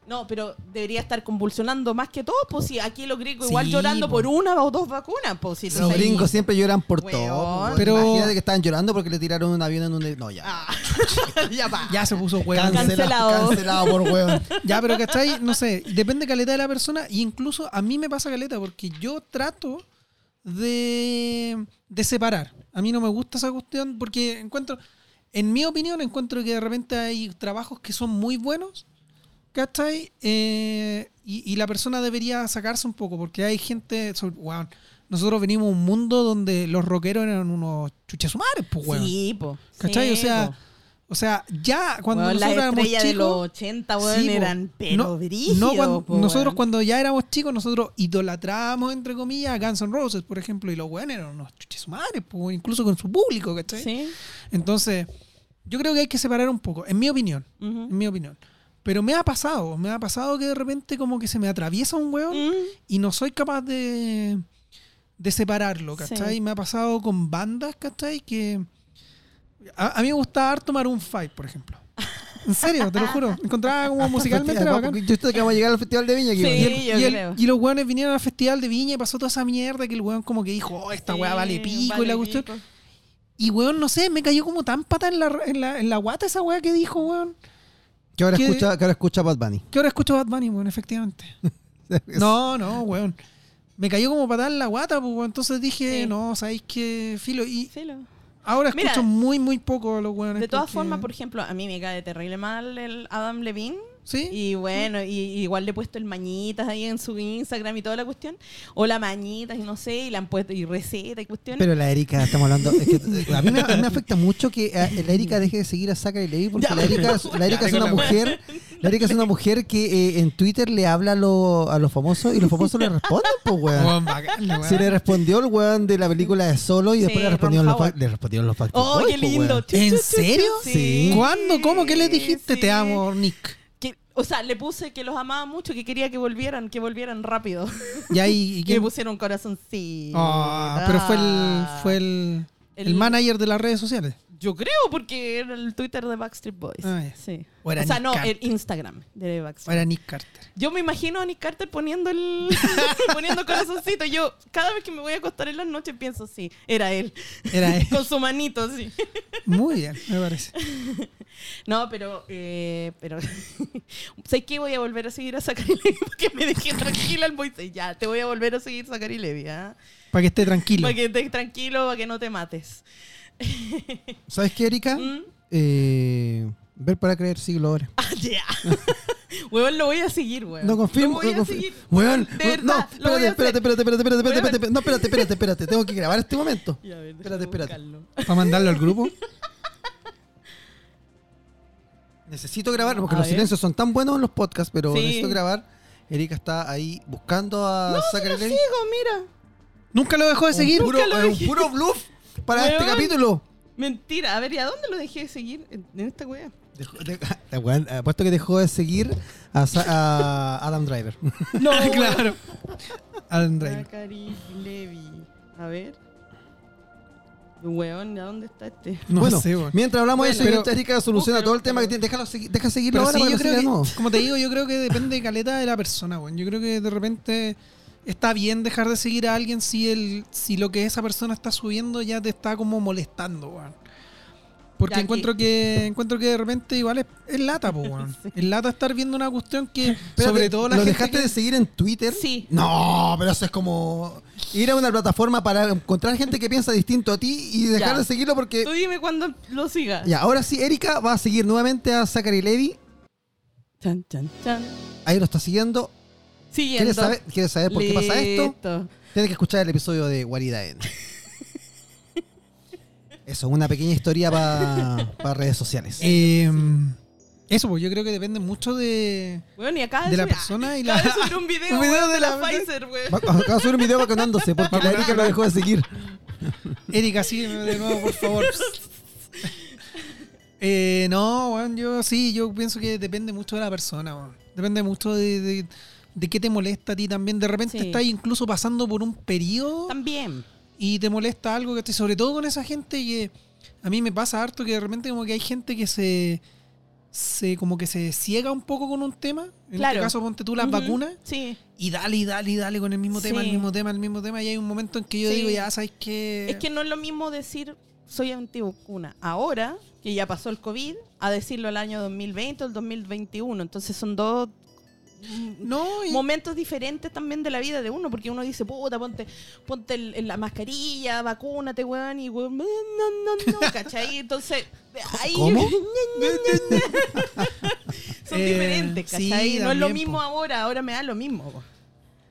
No, pero debería estar convulsionando más que todos, pues si aquí los gringos
Sí,
igual llorando
po.
por una o dos vacunas, pues si
Los
ahí-
gringos siempre lloran por
Weón.
todo. weón.
Pero-
Imagínate que estaban llorando porque le tiraron un avión en un. No, ya.
Ah, ya va.
Ya se puso weón.
Cancela-
Cancelado.
Cancelado por weón.
Ya, pero ¿cachai? No sé, depende caleta de la persona. Y incluso a mí me pasa caleta porque yo trato de, de separar. A mí no me gusta esa cuestión porque encuentro, en mi opinión, encuentro que de repente hay trabajos que son muy buenos, ¿cachai? Eh, y, y la persona debería sacarse un poco porque hay gente, sobre- weón, nosotros venimos a un mundo donde los rockeros eran unos chuchesumares, pues, weón.
Sí, po.
¿Cachai?
Sí,
o sea...
po.
O sea, ya cuando
Weón, las
nosotros éramos
estrellas de los
chicos,
80, Ah, weón,
Sí, po.
eran pero
No,
brígidos,
no, cuando-
po,
nosotros
weón.
cuando ya éramos chicos, nosotros idolatrábamos, entre comillas, a Guns N' Roses, por ejemplo, y los weones eran unos chuches madres, po, incluso con su público, ¿cachai?
Sí.
Entonces, yo creo que hay que separar un poco, en mi opinión,
ujú.
en mi opinión. Pero me ha pasado, me ha pasado que de repente como que se me atraviesa un weón
Mm,
y no soy capaz de, de separarlo, ¿cachai?
Sí.
Me ha pasado con bandas, ¿cachai? Que a, a mí me gustaba harto Maroon 5, por ejemplo. En serio, te lo juro. Encontraba como musicalmente era bacán.
Yo estoy que vamos a llegar al Festival de Viña aquí.
Sí.
Y,
weón.
el-
yo
y el-
creo.
y los weones vinieron al festival de Viña y pasó toda esa mierda que el weón como que dijo, oh, esta weá vale
sí,
pico
vale
y la cuestión.
pico.
Y weón, no sé, me cayó como tan pata en la, en la, en la guata esa weá que dijo, weón.
Que ahora
¿Qué?
escucha, que ahora escucha Bad Bunny.
Que ahora escucho Bad Bunny, weón, efectivamente. No, no, weón. Me cayó como patada en la guata, pues, weón. Entonces dije,
Sí.
no, sabéis que filo. Y
Sí, lo-
Ahora
Mira,
escucho muy, muy poco a los hueones.
De todas
porque-
formas, por ejemplo, a mí me cae terrible mal el Adam Levine.
¿Sí?
Y bueno, y, y igual le he puesto el mañitas ahí en su Instagram y toda la cuestión. O la mañitas y no sé, y le han puesto y receta y cuestiones.
Pero la Erika, estamos hablando. es que eh, a, mí me, a mí me afecta mucho que eh, la Erika deje de seguir a Zachary Levy porque
Ya.
la Erika, es- la Erika es una mujer. La Erika es una mujer que eh, en Twitter le habla a, lo- a los famosos y los famosos le responden, pues, weón.
Hueón bacán, la
Si
hueá.
le respondió el weón de la película de Solo y
Sí,
después le respondieron
Ron
los, fa-
Howard.
le respondieron los Backstreet
¡Oh,
Boys,
qué
pues,
lindo!
weón.
Chu, chu,
¿En
chu, chu,
serio?
sí.
Sí.
¿Cuándo? ¿Cómo? ¿Qué les dijiste?
Sí.
Te amo, Nick.
Que- o sea, le puse que los amaba mucho, que quería que volvieran, que volvieran rápido.
Y ahí. ¿y
Que le
quién?
pusieron corazoncito.
Ah, pero fue el, fue el, el
El-
manager de las redes sociales.
Yo creo, porque era el Twitter de Backstreet Boys.
Ah, ya.
Sí.
O era
o sea,
Nick
no,
Carter.
el Instagram de
¿O
Backstreet
era Nick Carter?
Yo me imagino a Nick Carter poniendo el poniendo corazoncito. Yo cada vez que me voy a acostar en las noches pienso, sí, era él.
Era él.
Con su manito, sí.
Muy bien, me parece.
No, pero... eh, pero sé que voy a volver a seguir a Zachary Levy porque me dejé tranquila el boy. Ya, te voy a volver a seguir Zachary Levy, ¿ah?
Para que esté tranquilo.
Para que estés tranquilo, para que no te mates.
¿Sabes qué, Erika?
¿Mm?
Eh, ver para creer siglo ahora.
Ah, ya. Huevón, lo voy a seguir, huevón.
No confirmo.
Lo voy
no
a
confirmo.
seguir.
Weón, weón,
De
no,
verdad, lo voy
espérate,
a
espérate, espérate,
hacer.
espérate, espérate, espérate,
Weón.
espérate, no, espérate, espérate, espérate, tengo que grabar este momento.
Ya, a ver,
Espérate,
déjame
espérate.
buscarlo.
Para mandarlo al grupo.
Necesito grabar, porque
A
los
ver.
silencios son tan buenos en los podcasts, pero
Sí.
necesito grabar. Erika está ahí buscando a
No, si
Zachary
lo
Levi.
sigo, mira.
Nunca lo dejó de seguir.
Un puro,
Nunca lo
es un
dejé.
puro bluff para este
Weón.
capítulo.
Mentira, a ver, ¿y a dónde lo dejé de seguir? En, en esta wea.
Dejó- de- la weón, apuesto que dejó de seguir a, Sa- a Adam Driver.
No,
claro. Adam Driver.
Zachary Levy. A ver. Weón, ¿a dónde está este?
No
bueno,
sé, weón.
mientras hablamos de eso,
Bueno,
yo- Erika soluciona
búscalo,
todo el tema que
búscalo.
tiene. Déjalo, segui- deja seguirlo
Pero
ahora
sí,
para
yo
que
creo
siga
que,
de nuevo.
como te digo, yo creo que depende de caleta de la persona, weón. Yo creo que de repente está bien dejar de seguir a alguien si el, si lo que esa persona está subiendo ya te está como molestando, weón. Porque
Ya,
encuentro que... encuentro que de repente igual es, es lata, po, weón. Es lata estar viendo una cuestión que
Espérate,
sobre todo la
¿Lo
gente
dejaste
que-
de seguir en Twitter?
Sí.
No, pero eso es como ir a una plataforma para encontrar gente que piensa distinto a ti y dejar
Ya.
de seguirlo porque...
Tú dime cuándo lo sigas.
Ya, ahora sí, Erika va a seguir nuevamente a Zachary Levy.
Chan, chan, chan.
Ahí lo está siguiendo.
Siguiendo.
¿Quieres saber, quieres saber por qué pasa esto?
Listo.
Tienes que escuchar el episodio de Guarida N. Eso, una pequeña historia para redes sociales.
Eh, Eso, pues yo creo que depende mucho de,
Weón, y acá
de la persona y la.
Acaba de subir un video,
un video
weón,
de
de la
la-
Pfizer, weón.
Va- Acaba de subir un video vacunándose porque la Erika lo dejó de seguir.
Erika, sígueme de nuevo, por favor. Eh, no, weón, yo sí, yo pienso que depende mucho de la persona, weón. Depende mucho de, de, de qué te molesta a ti también. De repente
Sí.
estás incluso pasando por un periodo
También.
y te molesta algo que estoy, sobre todo con esa gente que a mí me pasa harto que de repente como que hay gente que se, se como que se ciega un poco con un tema. En
Claro.
este caso, ponte tú las
Ujú,
vacunas
Sí.
y dale, y dale, y dale con el mismo tema,
Sí.
el mismo tema, el mismo tema. Y hay un momento en que yo
Sí.
digo, ya sabes que...
Es que no es lo mismo decir soy antivacuna ahora, que ya pasó el COVID, a decirlo el año 2020 o el 2021. Entonces son dos mm,
no, y-
momentos diferentes también de la vida de uno, porque uno dice, puta, ponte, ponte el- el- la mascarilla, vacúnate, weón, y weón, no, no, no, ¿cachai? Entonces, ahí
¿Cómo?
son
Eh,
diferentes,
sí,
¿cachai? no es lo
también,
mismo
po.
ahora, ahora me da lo mismo. po.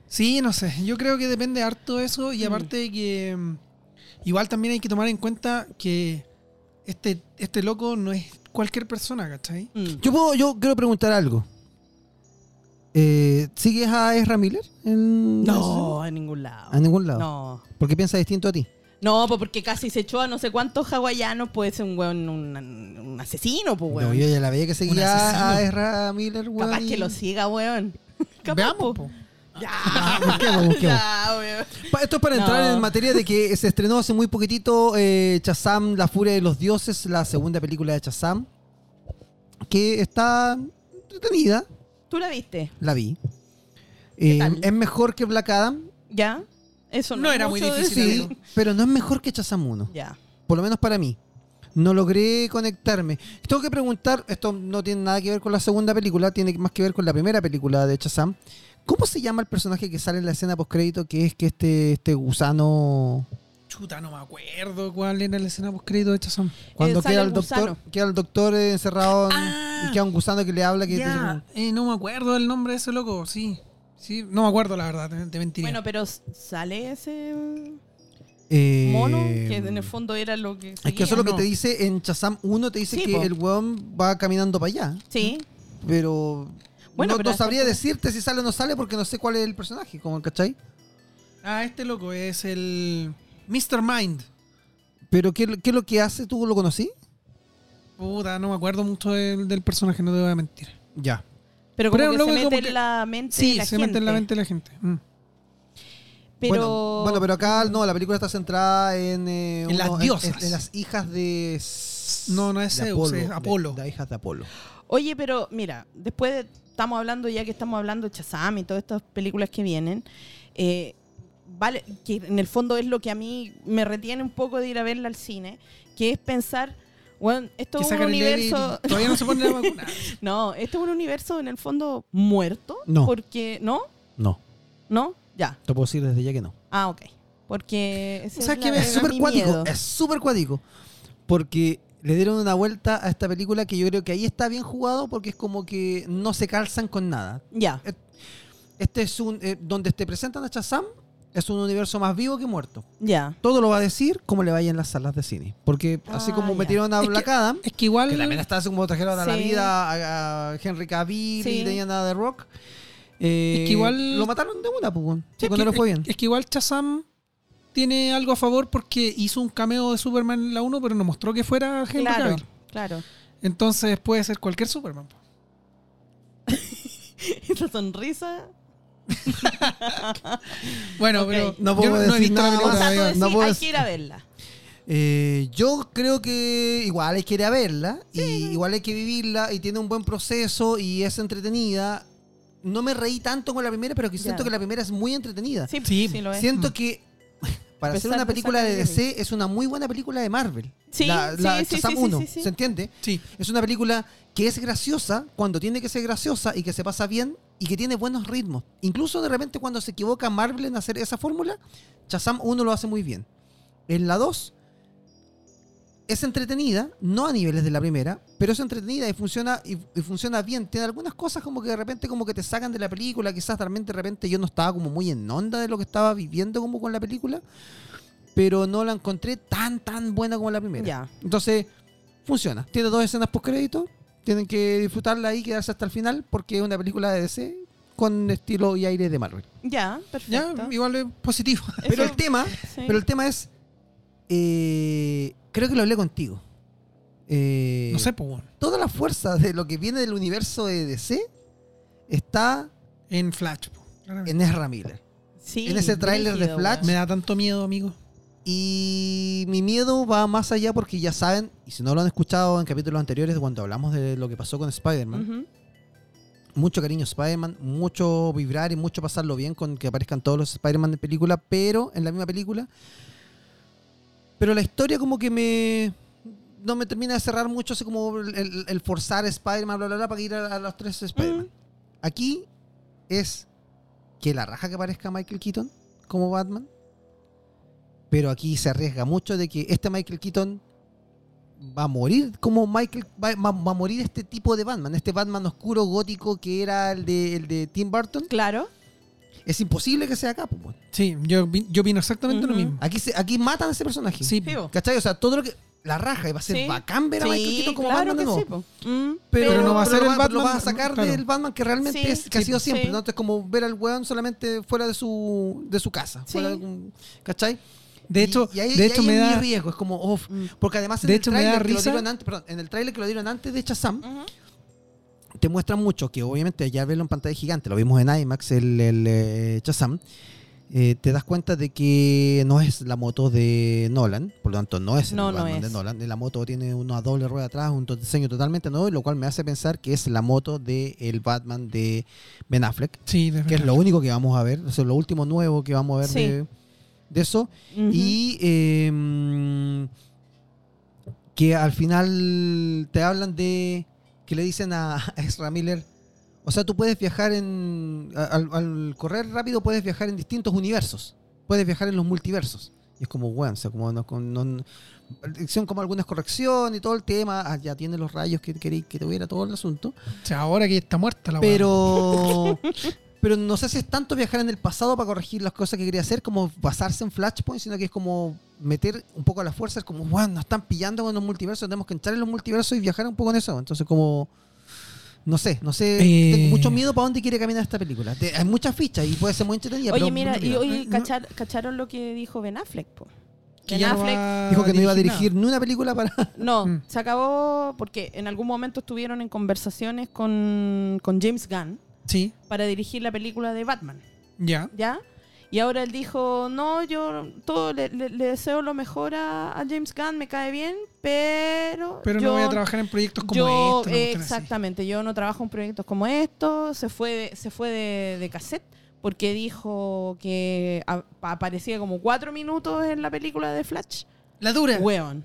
Sí, no sé. Yo creo que depende harto de eso. Y aparte de que. mm, Igual también hay que tomar en cuenta que este, este loco no es cualquier persona, ¿cachai?
Mm.
Yo, puedo, yo quiero preguntar algo. Eh, ¿Sigues a Ezra Miller? en-
No, en ningún lado.
¿A ningún lado?
No.
Porque piensa distinto a ti.
No, pues porque casi se echó a no sé cuántos hawaianos, puede ser un weón, un, un asesino, pues weón.
No, yo ya la veía que seguía a
asesino.
Ezra Miller, weón.
Capaz
y-
que lo siga, weón. Capaz,
Veamos,
po.
po.
Ya,
busquemos, busquemos.
ya, weón.
Pa- Esto es para entrar
No.
en materia de que se estrenó hace muy poquitito eh, Shazam, La Furia de los Dioses, la segunda película de Shazam, que está entretenida,
¿Tú la viste?
la vi. Eh,
tal?
es mejor que Black Adam,
¿Ya? Eso no,
No
es
era muy
mucho
difícil,
decir.
amigo.
pero no es mejor que Shazam 1,
Ya.
por lo menos para mí. No logré conectarme. Tengo que preguntar, esto no tiene nada que ver con la segunda película, tiene más que ver con la primera película de Shazam. ¿Cómo se llama el personaje que sale en la escena postcrédito que es que este, este gusano...
Chuta, no me acuerdo cuál era la escena post-crédito de Chazam.
Cuando
sale
queda
el
el doctor,
gusano.
queda el doctor eh, encerrado en-
Ah.
y queda un gusano que le habla que
Ya, eh, no me acuerdo el nombre de ese loco, sí. Sí, no me acuerdo la verdad, te, te mentiría.
Bueno, pero s- sale ese
Eh,
mono que en el fondo era lo que.
Es que
seguía,
eso es lo que
¿no?
te dice en Chazam 1, te dice
Sí,
que
po.
el weón va caminando para allá.
Sí.
Pero
Bueno,
no,
pero
no sabría
hasta-
decirte si sale o no sale porque no sé cuál es el personaje, como, ¿cachai?
Ah, este loco es el Mr. Mind.
Pero ¿qué, ¿qué es lo que hace? ¿Tú lo conocí?
Puta, no me acuerdo mucho del, del personaje, no te voy a mentir.
Ya.
Pero como
Pero
que
luego
se
como
mete
que-
en la mente.
Sí,
de la
se mete en la
gente.
mente de la gente. Mm.
Pero.
Bueno, bueno, pero acá no, la película está centrada en... eh,
En las diosas.
En, en las hijas de... S-
No, no es
de
Zeus, es
de-
Apolo.
de las hijas de Apolo.
Oye, pero mira, después de- estamos hablando, ya que estamos hablando de Chazam y todas estas películas que vienen, eh, vale, que en el fondo es lo que a mí me retiene un poco de ir a verla al cine, que es pensar, bueno, esto
Que
es un
Zachary Levi
universo.
todavía no se pone la vacuna.
No, esto es un universo en el fondo muerto.
No.
Porque. ¿No?
No,
¿No? Ya.
te puedo decir desde ya que no.
Ah, ok. Porque. esa
O sea,
es
que
la-
es
era
súper
mi
cuático,
miedo.
es súper cuático. Porque le dieron una vuelta a esta película que yo creo que ahí está bien jugado porque es como que no se calzan con nada.
Ya.
Este es un. eh, donde te presentan a Shazam, es un universo más vivo que muerto.
Ya.
Todo lo va a decir como le vaya en las salas de cine. Porque así
Ah,
como
ya.
metieron a
Es que-
Black Adam,
Es que igual.
que la mera está así como trajeron a la
Sí.
vida a, a Henry Cavill
Sí.
y tenían nada de rock. eh,
Es que igual-
Lo mataron de una, pues.
Sí,
cuando
que-
le fue bien.
Es que igual Chazam tiene algo a favor porque hizo un cameo de Superman en la 1, pero no mostró que fuera Henry
Claro.
Cavill.
Claro.
Entonces puede ser cualquier Superman. po.
Esa sonrisa.
Bueno,
Ok.
pero
No
yo
puedo
no he
decir
visto la
nada
película
más.
Trato de
todavía.
no
decir,
puedo
hay
decir-
que ir a verla.
Eh, yo creo que igual hay que ir a verla, y igual hay que vivirla, y tiene un buen proceso y es entretenida. No me reí tanto con la primera, pero que
Ya.
siento que la primera es muy entretenida.
Sí,
Sí,
sí lo es. Mm.
siento que para
A
hacer
pesar
una
de
película de
Zachary
DC es una muy buena película de Marvel.
Sí,
la,
sí,
la
sí,
Shazam
sí, sí,
1,
sí, sí.
¿se entiende?
Sí.
Es una película que es graciosa cuando tiene que ser graciosa y que se pasa bien y que tiene buenos ritmos. Incluso de repente cuando se equivoca Marvel en hacer esa fórmula, Shazam 1 lo hace muy bien. En la 2 es entretenida, no a niveles de la primera, pero es entretenida y funciona y, y funciona bien. Tiene algunas cosas como que de repente como que te sacan de la película, quizás también de repente yo no estaba como muy en onda de lo que estaba viviendo como con la película, pero no la encontré tan tan buena como la primera.
Ya.
Entonces, funciona. Tiene dos escenas post crédito. Tienen que disfrutarla y quedarse hasta el final porque es una película de DC con estilo y aire de Marvel.
Ya,
Ya,
perfecto.
igual es positivo.
Eso-
Pero el tema,
sí.
pero el tema es eh, creo que lo hablé contigo. Eh,
No sé, pues bueno.
Toda la fuerza de lo que viene del universo de DC está
En Flash, po, claramente.
en Ezra Miller.
Sí,
en ese tráiler de
brígido,
Flash,
Me
weón.
da tanto miedo, amigo.
Y mi miedo va más allá porque ya saben, y si no lo han escuchado en capítulos anteriores cuando hablamos de lo que pasó con Spider-Man,
Ujú.
mucho cariño a Spider-Man, mucho vibrar y mucho pasarlo bien con que aparezcan todos los Spider-Man de película, pero en la misma película. Pero la historia como que me... No me termina de cerrar mucho, así como el, el- el forzar Spider-Man, bla, bla, bla, para ir a, a los tres Spider-Man. Aquí es que la raja que aparezca Michael Keaton como Batman, pero aquí se arriesga mucho de que este Michael Keaton va a morir como Michael va, va- va a morir este tipo de Batman, este Batman oscuro gótico que era el de, el de Tim Burton,
Claro.
es imposible que sea acá. pues, bueno.
Sí, yo, vi- yo opino exactamente lo
Ujú.
mismo.
Aquí se- aquí matan a ese personaje.
Sí,
Sí, po.
¿Cachai? O sea, todo lo que la raja y va a ser
Sí.
bacán ver a Michael
Sí,
Keaton como
claro
Batman de
que
nuevo.
sí, po. Mm,
Pero,
Pero no va a
pero
ser
lo
el
Lo
Batman,
vas a sacar
claro.
del Batman que realmente
Sí.
es, que ha
Sí,
sido siempre.
sí.
¿no? Es como ver al weón solamente fuera de su, de su casa.
Sí.
fuera de un- ¿Cachai?
De
Y-
hecho,
y ahí-
de
y
hecho
ahí
me
es mi
da.
riesgo. Es como, oh,
mm,
porque además en
De
el
hecho, me da
tráiler que lo
risa.
dieron antes- perdón, en el tráiler que lo dieron antes de Shazam,
ujú.
te muestra mucho que obviamente ya verlo en pantalla gigante, lo vimos en IMAX, el, el eh, Shazam, eh, te das cuenta de que no es la moto de Nolan, por lo tanto no es el
No, no
Batman de
es.
Nolan. La moto tiene una doble rueda atrás, un to- diseño totalmente nuevo, lo cual me hace pensar que es la moto del el Batman de Ben Affleck,
Sí, de
que es
verdad.
lo único que vamos a ver, eso es lo último nuevo que vamos a ver
Sí.
de, de eso.
Ujú.
Y eh, que al final te hablan de. que le dicen a a Ezra Miller. O sea, tú puedes viajar en. Al, al correr rápido puedes viajar en distintos universos. Puedes viajar en los multiversos. Y es como, bueno, o sea, como no, con- no- hicieron como algunas correcciones y todo el tema, ah, ya tiene los rayos que queréis que tuviera todo el asunto.
O sea, ahora que está muerta la weá.
Pero pero no sé si es tanto viajar en el pasado para corregir las cosas que quería hacer como basarse en Flashpoint, sino que es como meter un poco a la fuerza, es como, bueno, nos están pillando con los multiversos, tenemos que entrar en los multiversos y viajar un poco en eso. Entonces como no sé, no sé,
Eh.
tengo mucho miedo para dónde quiere caminar esta película. Te- hay muchas fichas y puede ser muy entretenida,
Oye,
pero
mira, y
mira,
hoy
no-
cachar- cacharon lo que dijo Ben Affleck, po.
Que
Ben
ya no
Affleck,
va
dijo que no iba a
nada.
dirigir ni una película para
no,
Mm.
se acabó porque en algún momento estuvieron en conversaciones con, con James Gunn
Sí,
para dirigir la película de Batman,
ya.
¿ya? Y ahora él dijo, no, yo todo le, le- le deseo lo mejor a, a James Gunn, me cae bien, pero...
Pero no
yo
voy a trabajar en proyectos como
yo,
este. una
eh,
cuestión así.
exactamente, yo no trabajo en proyectos como estos, se fue de, se fue de, de cassette porque dijo que a- aparecía como cuatro minutos en la película de Flash.
La dura.
Weón.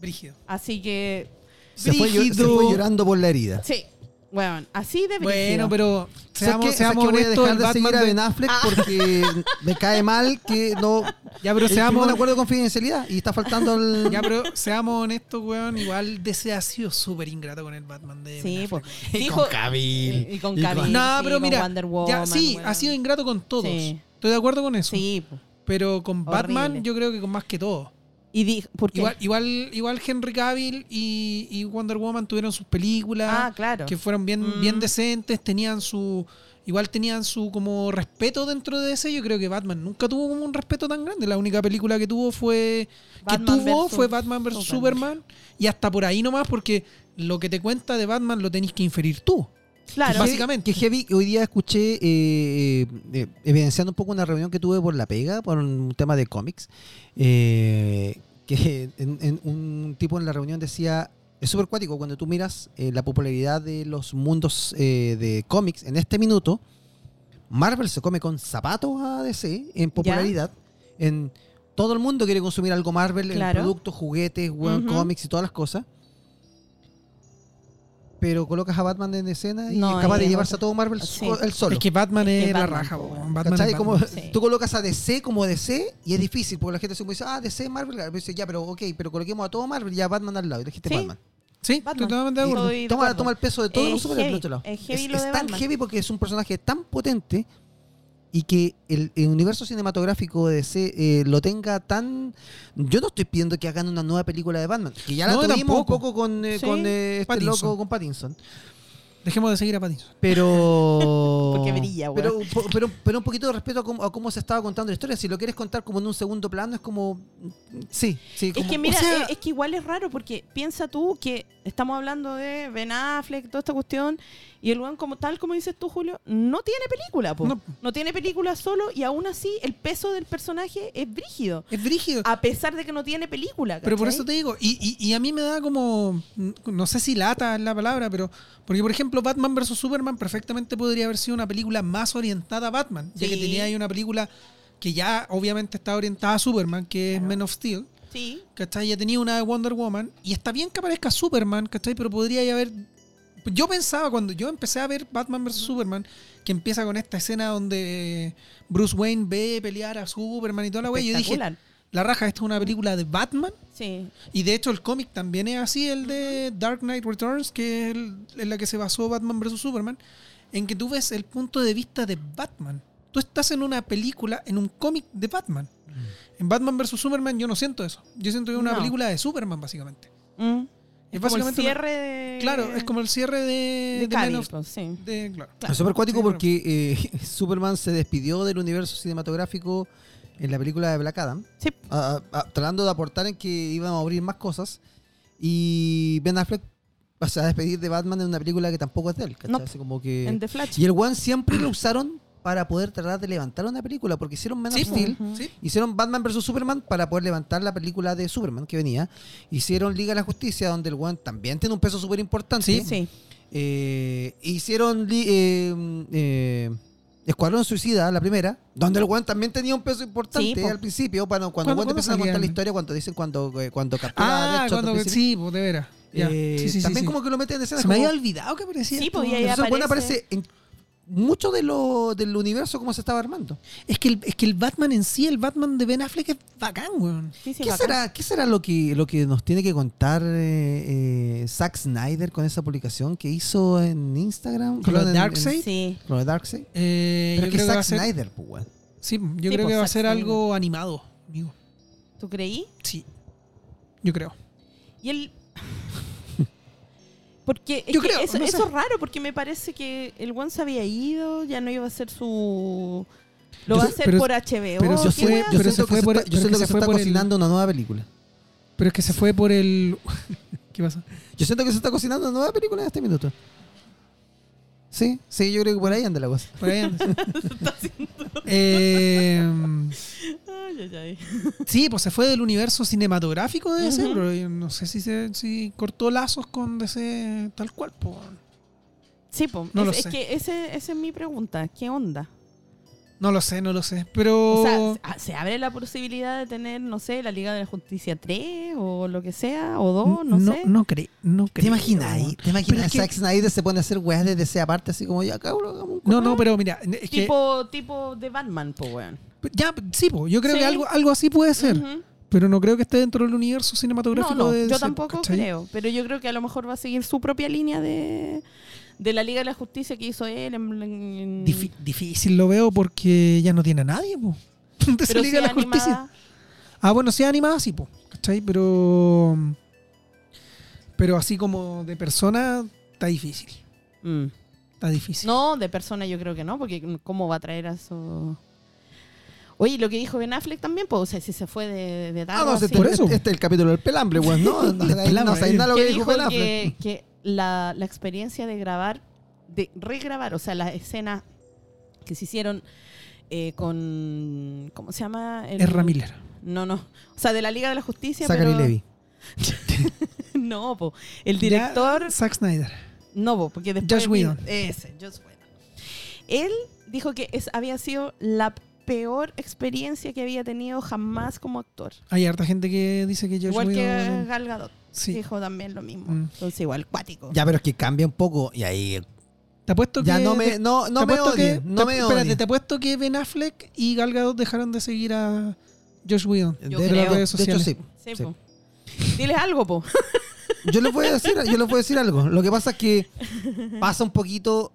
Brígido.
Así que,
se fue, llor- se
Brígido.
fue llorando por la herida.
sí, weón, así de brígido.
Bueno, pero
¿Sabes
seamos,
qué?
seamos
¿Sabes qué?
honestos,
voy a
el
dejar de
Batman
seguir a
de-
Ben Affleck
Ah.
porque me cae mal que no
Ya, pero
Él firmó
seamos,
un acuerdo de confidencialidad y está faltando el
ya, pero seamos honestos, weón. Igual DC ha sido súper ingrato con el Batman de Ben
Sí,
Affleck.
pues, dijo,
Cabil.
y con
Y
Cavill,
No,
sí,
pero
con
mira,
Wonder
Ya,
Woman,
sí,
weón.
ha sido ingrato con todos.
Sí.
Estoy de acuerdo con eso.
Sí, po.
Pero con Batman
Horrible.
yo creo que con más que todo.
y dijo, porque...
Igual, igual, igual Henry Cavill y, y Wonder Woman tuvieron sus películas
ah, claro.
que fueron bien,
Mm.
bien decentes, tenían su. Igual tenían su como respeto dentro de ese. Yo creo que Batman nunca tuvo como un respeto tan grande. La única película que tuvo fue.
Batman
que tuvo
versus
fue Batman vs Superman. Y hasta por ahí nomás, porque lo que te cuenta de Batman lo tenés que inferir tú.
Claro.
Básica- básicamente.
Que heavy, hoy día escuché, eh, eh, evidenciando un poco una reunión que tuve por La Pega, por un tema de cómics, eh, que en- en un tipo en la reunión decía, es súper cuático cuando tú miras eh, la popularidad de los mundos eh, de cómics en este minuto, Marvel se come con zapatos a DC en popularidad, en... Todo el mundo quiere consumir algo Marvel, en
Claro.
productos, juguetes, weón,
Ujú.
cómics y todas las cosas. Pero colocas a Batman en escena y
No,
es capaz
y
de
es
llevarse
otra.
a todo Marvel
Sí.
so- él solo.
Es que Batman
Es
es,
que
la
Batman,
raja,
po,
weón.
weón.
Batman
¿Cachai?
es
Como,
Batman.
Sí.
Tú colocas a DC como DC y es difícil porque la gente se dice, ah, DC, Marvel. Y dice, ya, pero ok, pero coloquemos a todo Marvel y a Batman al lado. Y dijiste
Sí.
Batman.
Sí,
Batman.
totalmente de acuerdo.
Estoy de
Toma,
acuerdo.
toma el peso de todos
Es
los superhéroes del
heavy,
otro lado.
es heavy
es
lo de
tan
Batman.
heavy porque es un personaje tan potente y que el, el universo cinematográfico de DC eh, lo tenga tan... Yo no estoy pidiendo que hagan una nueva película de Batman, que ya la
No,
tuvimos un
tampoco.
poco con, eh,
Sí.
con eh, este
Pattinson.
loco, con Pattinson.
Dejemos de seguir a Pattinson.
Pero.
Porque brilla, güey.
pero, po- pero, pero un poquito de respeto a cómo, a cómo se estaba contando la historia. Si lo quieres contar como en un segundo plano, es como. Sí, sí.
Es
como-
que mira, eh,
o sea-
es, es que igual es raro porque piensa tú que estamos hablando de Ben Affleck, toda esta cuestión, y el weón como tal, como dices tú, Julio, no tiene película, po.
No.
No. tiene película solo y aún así el peso del personaje es brígido,
Es brígido.
a pesar de que no tiene película.
Pero por
¿cachai?
eso te digo, y, y- y a mí me da como, no sé si lata es la palabra, pero porque por ejemplo Batman vs. Superman perfectamente podría haber sido una película más orientada a Batman, ya que
Sí.
tenía ahí una película que ya obviamente está orientada a Superman, que es Man of Steel,
Sí,
¿cachai? Ya tenía una de Wonder Woman, y está bien que aparezca Superman, ¿cachai? Pero podría ya haber... Yo pensaba cuando yo empecé a ver Batman vs. Superman, que empieza con esta escena donde Bruce Wayne ve pelear a Superman y toda la wea, yo dije,
espectacular.
la raja, esta es una película de Batman.
Sí,
Y de hecho el cómic también es así, el de Dark Knight Returns, que es el- en la que se basó Batman vs. Superman, en que tú ves el punto de vista de Batman. Tú estás en una película, en un cómic de Batman.
Mm.
En Batman vs. Superman yo no siento eso. Yo siento que es una
No.
película de Superman, básicamente.
Mm. Es como el
básicamente una-
cierre de...
Claro, es como el cierre de...
Eh, de
de Man
Cavill,
of-
po, sí.
de- claro.
Es súper cuático
Sí,
Ah,
bueno.
porque eh, Superman se despidió del universo cinematográfico en la película de Black Adam,
Sí,
a- a- a- tratando de aportar en que iban a abrir más cosas. Y Ben Affleck o sea, a despedir de Batman en una película que tampoco es de él. ¿cachai?
Nope.
Así como que...
en The Flash.
Y el One siempre lo usaron para poder tratar de levantar una película, porque hicieron Man of
Sí, po,
Steel,
Ujú.
sí.
Hicieron Batman vs. Superman para poder levantar la película de Superman que venía. Hicieron Liga de la Justicia, donde el One también tiene un peso súper importante.
Sí, sí.
Eh, hicieron li- eh, eh, Escuadrón Suicida, la primera, donde el One también tenía un peso importante
Sí, po.
al principio. Cuando, cuando,
¿Cuándo-
One te empiezan
cuándo
a contar la
salían?
historia, cuando dicen cuando, eh, cuando captura
Ah,
Deadshot al
cuando...
principio.
Sí, pues, de veras. Ya.
Eh,
Sí, sí, sí,
también
sí.
como que lo meten en escena.
Se me
como-
había olvidado que aparecía.
Sí,
esto,
pues, y ahí
weón.
entonces el One
aparece-
aparece en mucho de lo, del universo como se estaba armando.
Es que, el, es que el Batman en sí, el Batman de Ben Affleck es bacán, weón.
Sí, sí,
¿Qué
bacán.
será, qué será lo, que, lo que nos tiene que contar eh, eh, Zack Snyder con esa publicación que hizo en Instagram?
¿Con lo de
Perdón, en-
Darkseid?
Sí.
en- ¿Con lo de Darkseid?
Eh,
Pero
yo
es que
creo que va
Zack
a ser,
Snyder, pues, weón.
sí, yo
Sí,
creo
pues,
que va a
Zack
ser
Snyder.
algo animado, amigo.
¿Tú creí?
Sí. Yo creo.
Y él. Porque es
Yo
que
creo,
eso,
no sé.
eso es raro, porque me parece que el one se había ido, ya no iba a ser su. Lo
Yo
va a
sé,
hacer
pero-
por HBO.
pero
Yo,
eso
¿qué
fue-
siento-
wea?
yo
pero se
siento que
fue
se
por
está- yo
el- pero
siento
que
que
se
se
fue
está
por el-
cocinando una nueva película.
Pero es que se fue por el. ¿Qué pasa?
Yo siento que se está cocinando una nueva película en este minuto. Sí, sí, yo creo que por ahí anda la cosa.
Por ahí andas. Eh,
Ay, ay, ay.
sí, pues se fue del universo cinematográfico de DC,
Ujú.
pero yo no sé si, se, si cortó lazos con DC tal cual. po, weón.
Sí, po,
No
es,
lo
es
sé.
que ese- esa es mi pregunta. ¿Qué onda?
No lo sé, no lo sé. Pero.
O sea, ¿se- ah, ¿se abre la posibilidad de tener, no sé, la Liga de la Justicia 3 o lo que sea, o 2, no, sé?
No, creo. No creo.
¿Te imaginas ahí? ¿Te
Pero
imaginas?
es que-
Zack Snyder se pone a hacer weas de DC aparte, así como ya, cabrón, hagamos un
No, no, pero mira, es que.
Tipo, tipo de Batman, po, weón.
Ya, sí, po, yo creo
Sí.
que algo, algo así puede ser.
Ujú.
Pero no creo que esté dentro del universo
No,
cinematográfico
no,
de
yo
DC,
tampoco
¿cachai?
creo, pero yo creo que a lo mejor va a seguir su propia línea de, de la Liga de la Justicia que hizo él. en- en-
Difí- difícil lo veo porque ya no tiene a nadie, po. De esa
pero
Liga de
sí
la Justicia.
animada.
Ah, bueno, sí, animada, sí, po. ¿Cachai? Pero. Pero así como de persona, está difícil.
Mm.
Está difícil.
No, de persona yo creo que no, porque cómo va a traer a su... Oye, lo que dijo Ben Affleck también, pues, o sea, si se fue de, de
Ah,
Dark,
no,
así.
este, por
Por
eso.
eso.
Este es el capítulo del pelambre, weón. No, no,
Del
ahí no,
pelambre.
sabéis nada lo
que
que
dijo
dijo pelambre.
que,
Mm.
que la, la experiencia de grabar, de regrabar, o sea, las escenas que se hicieron eh, con... ¿Cómo se llama? El-
es Ramiller.
No, no. O sea, de la Liga de la Justicia.
Zachary
pero-
Levy.
No, po. El director.
Zack Snyder.
No, po, porque después.
Joss
vino-
Whedon.
Ese, Josh Whedon. Él dijo que es, había sido la peor experiencia que había tenido jamás como actor.
Hay harta gente que dice que Josh
igual que
Whedon-
Gal Gadot.
Sí.
Dijo también lo mismo.
Mm.
Entonces, igual, cuático.
Ya, pero es que cambia un poco y ahí.
Te apuesto que.
Ya no me,
te-
no, no
te
me
apuesto
odien,
que-
no
te-
me
espérate,
odien.
te apuesto que Ben Affleck y Gal Gadot dejaron de seguir a Josh Whedon.
Yo
de,
creo.
las redes
De hecho,
sociales.
sí.
Sí,
Sí.
po. Diles algo, po.
Yo les voy a decir, yo les voy a decir algo. Lo que pasa es que pasa un poquito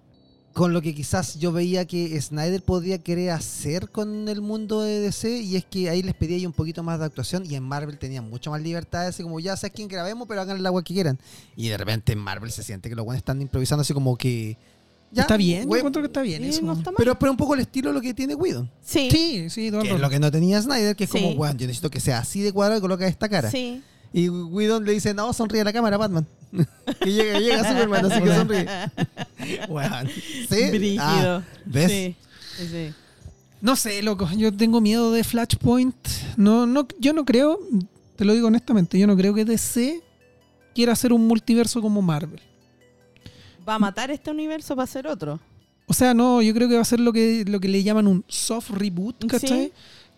con lo que quizás yo veía que Snyder podía querer hacer con el mundo de DC y es que ahí les pedía ahí un poquito más de actuación y en Marvel tenían mucho más libertad, así como ya sabes quién grabemos, pero hagan el agua que quieran. Y de repente en Marvel se siente que los buenos están improvisando así como que ya,
está bien, yo
güey,
encuentro que está bien
Sí,
eso.
no está mal.
pero pero un poco el estilo de lo que tiene Whedon,
Sí.
Sí, sí, todo el
que es
rato.
lo que no tenía Snyder, que es como,
Sí.
bueno, yo necesito que sea así de cuadrado y coloca esta cara.
Sí.
Y Whedon le dice, no, sonríe a la cámara, Batman. que llega, llega Superman, así que sonríe. Weón. ¿Sí?
Brígido.
Ah, ¿Ves?
Sí. Sí, sí.
No sé, loco. Yo tengo miedo de Flashpoint. No, no, yo no creo, te lo digo honestamente, yo no creo que DC quiera hacer un multiverso como Marvel.
Va a matar este universo para hacer otro.
O sea, no, yo creo que va a ser lo que, lo que le llaman un soft reboot, ¿cachai?
Sí.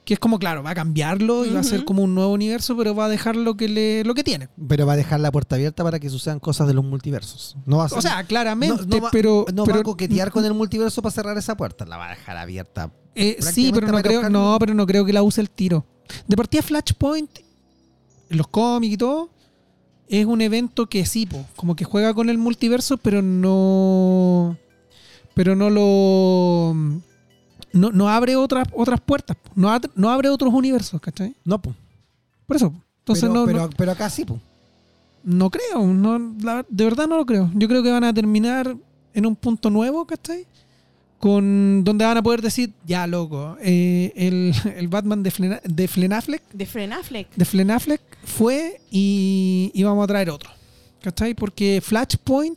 Que es como, claro, va a cambiarlo y va a ser
Ujú.
como un nuevo universo, pero va a dejar lo que, le, lo que tiene.
Pero va a dejar la puerta abierta para que sucedan cosas de los multiversos. No va a ser-
O sea, claramente,
no, no va,
pero...
no va
pero-
a coquetear con el multiverso para cerrar esa puerta. La va a dejar abierta.
Eh, sí, pero no
prácticamente
creo,
para
no,
buscar-
pero no creo que la use el tiro. De partida Flashpoint, en los cómics y todo, es un evento que sí, po, como que juega con el multiverso, pero no. Pero no lo. No, no abre otras, otras puertas, po. no, at- no abre otros universos, ¿cachai?
No, pues.
Por eso. po. Entonces
pero,
no,
pero,
no,
pero acá sí, pues.
no creo, no, la- de verdad no lo creo. Yo creo que van a terminar en un punto nuevo, ¿cachai? Con, donde van a poder decir, ya loco, eh, el, el Batman de Flen, de Flen Affleck,
De Fren Affleck.
de Flen Affleck fue y, y vamos a traer otro, ¿cachai? Porque Flashpoint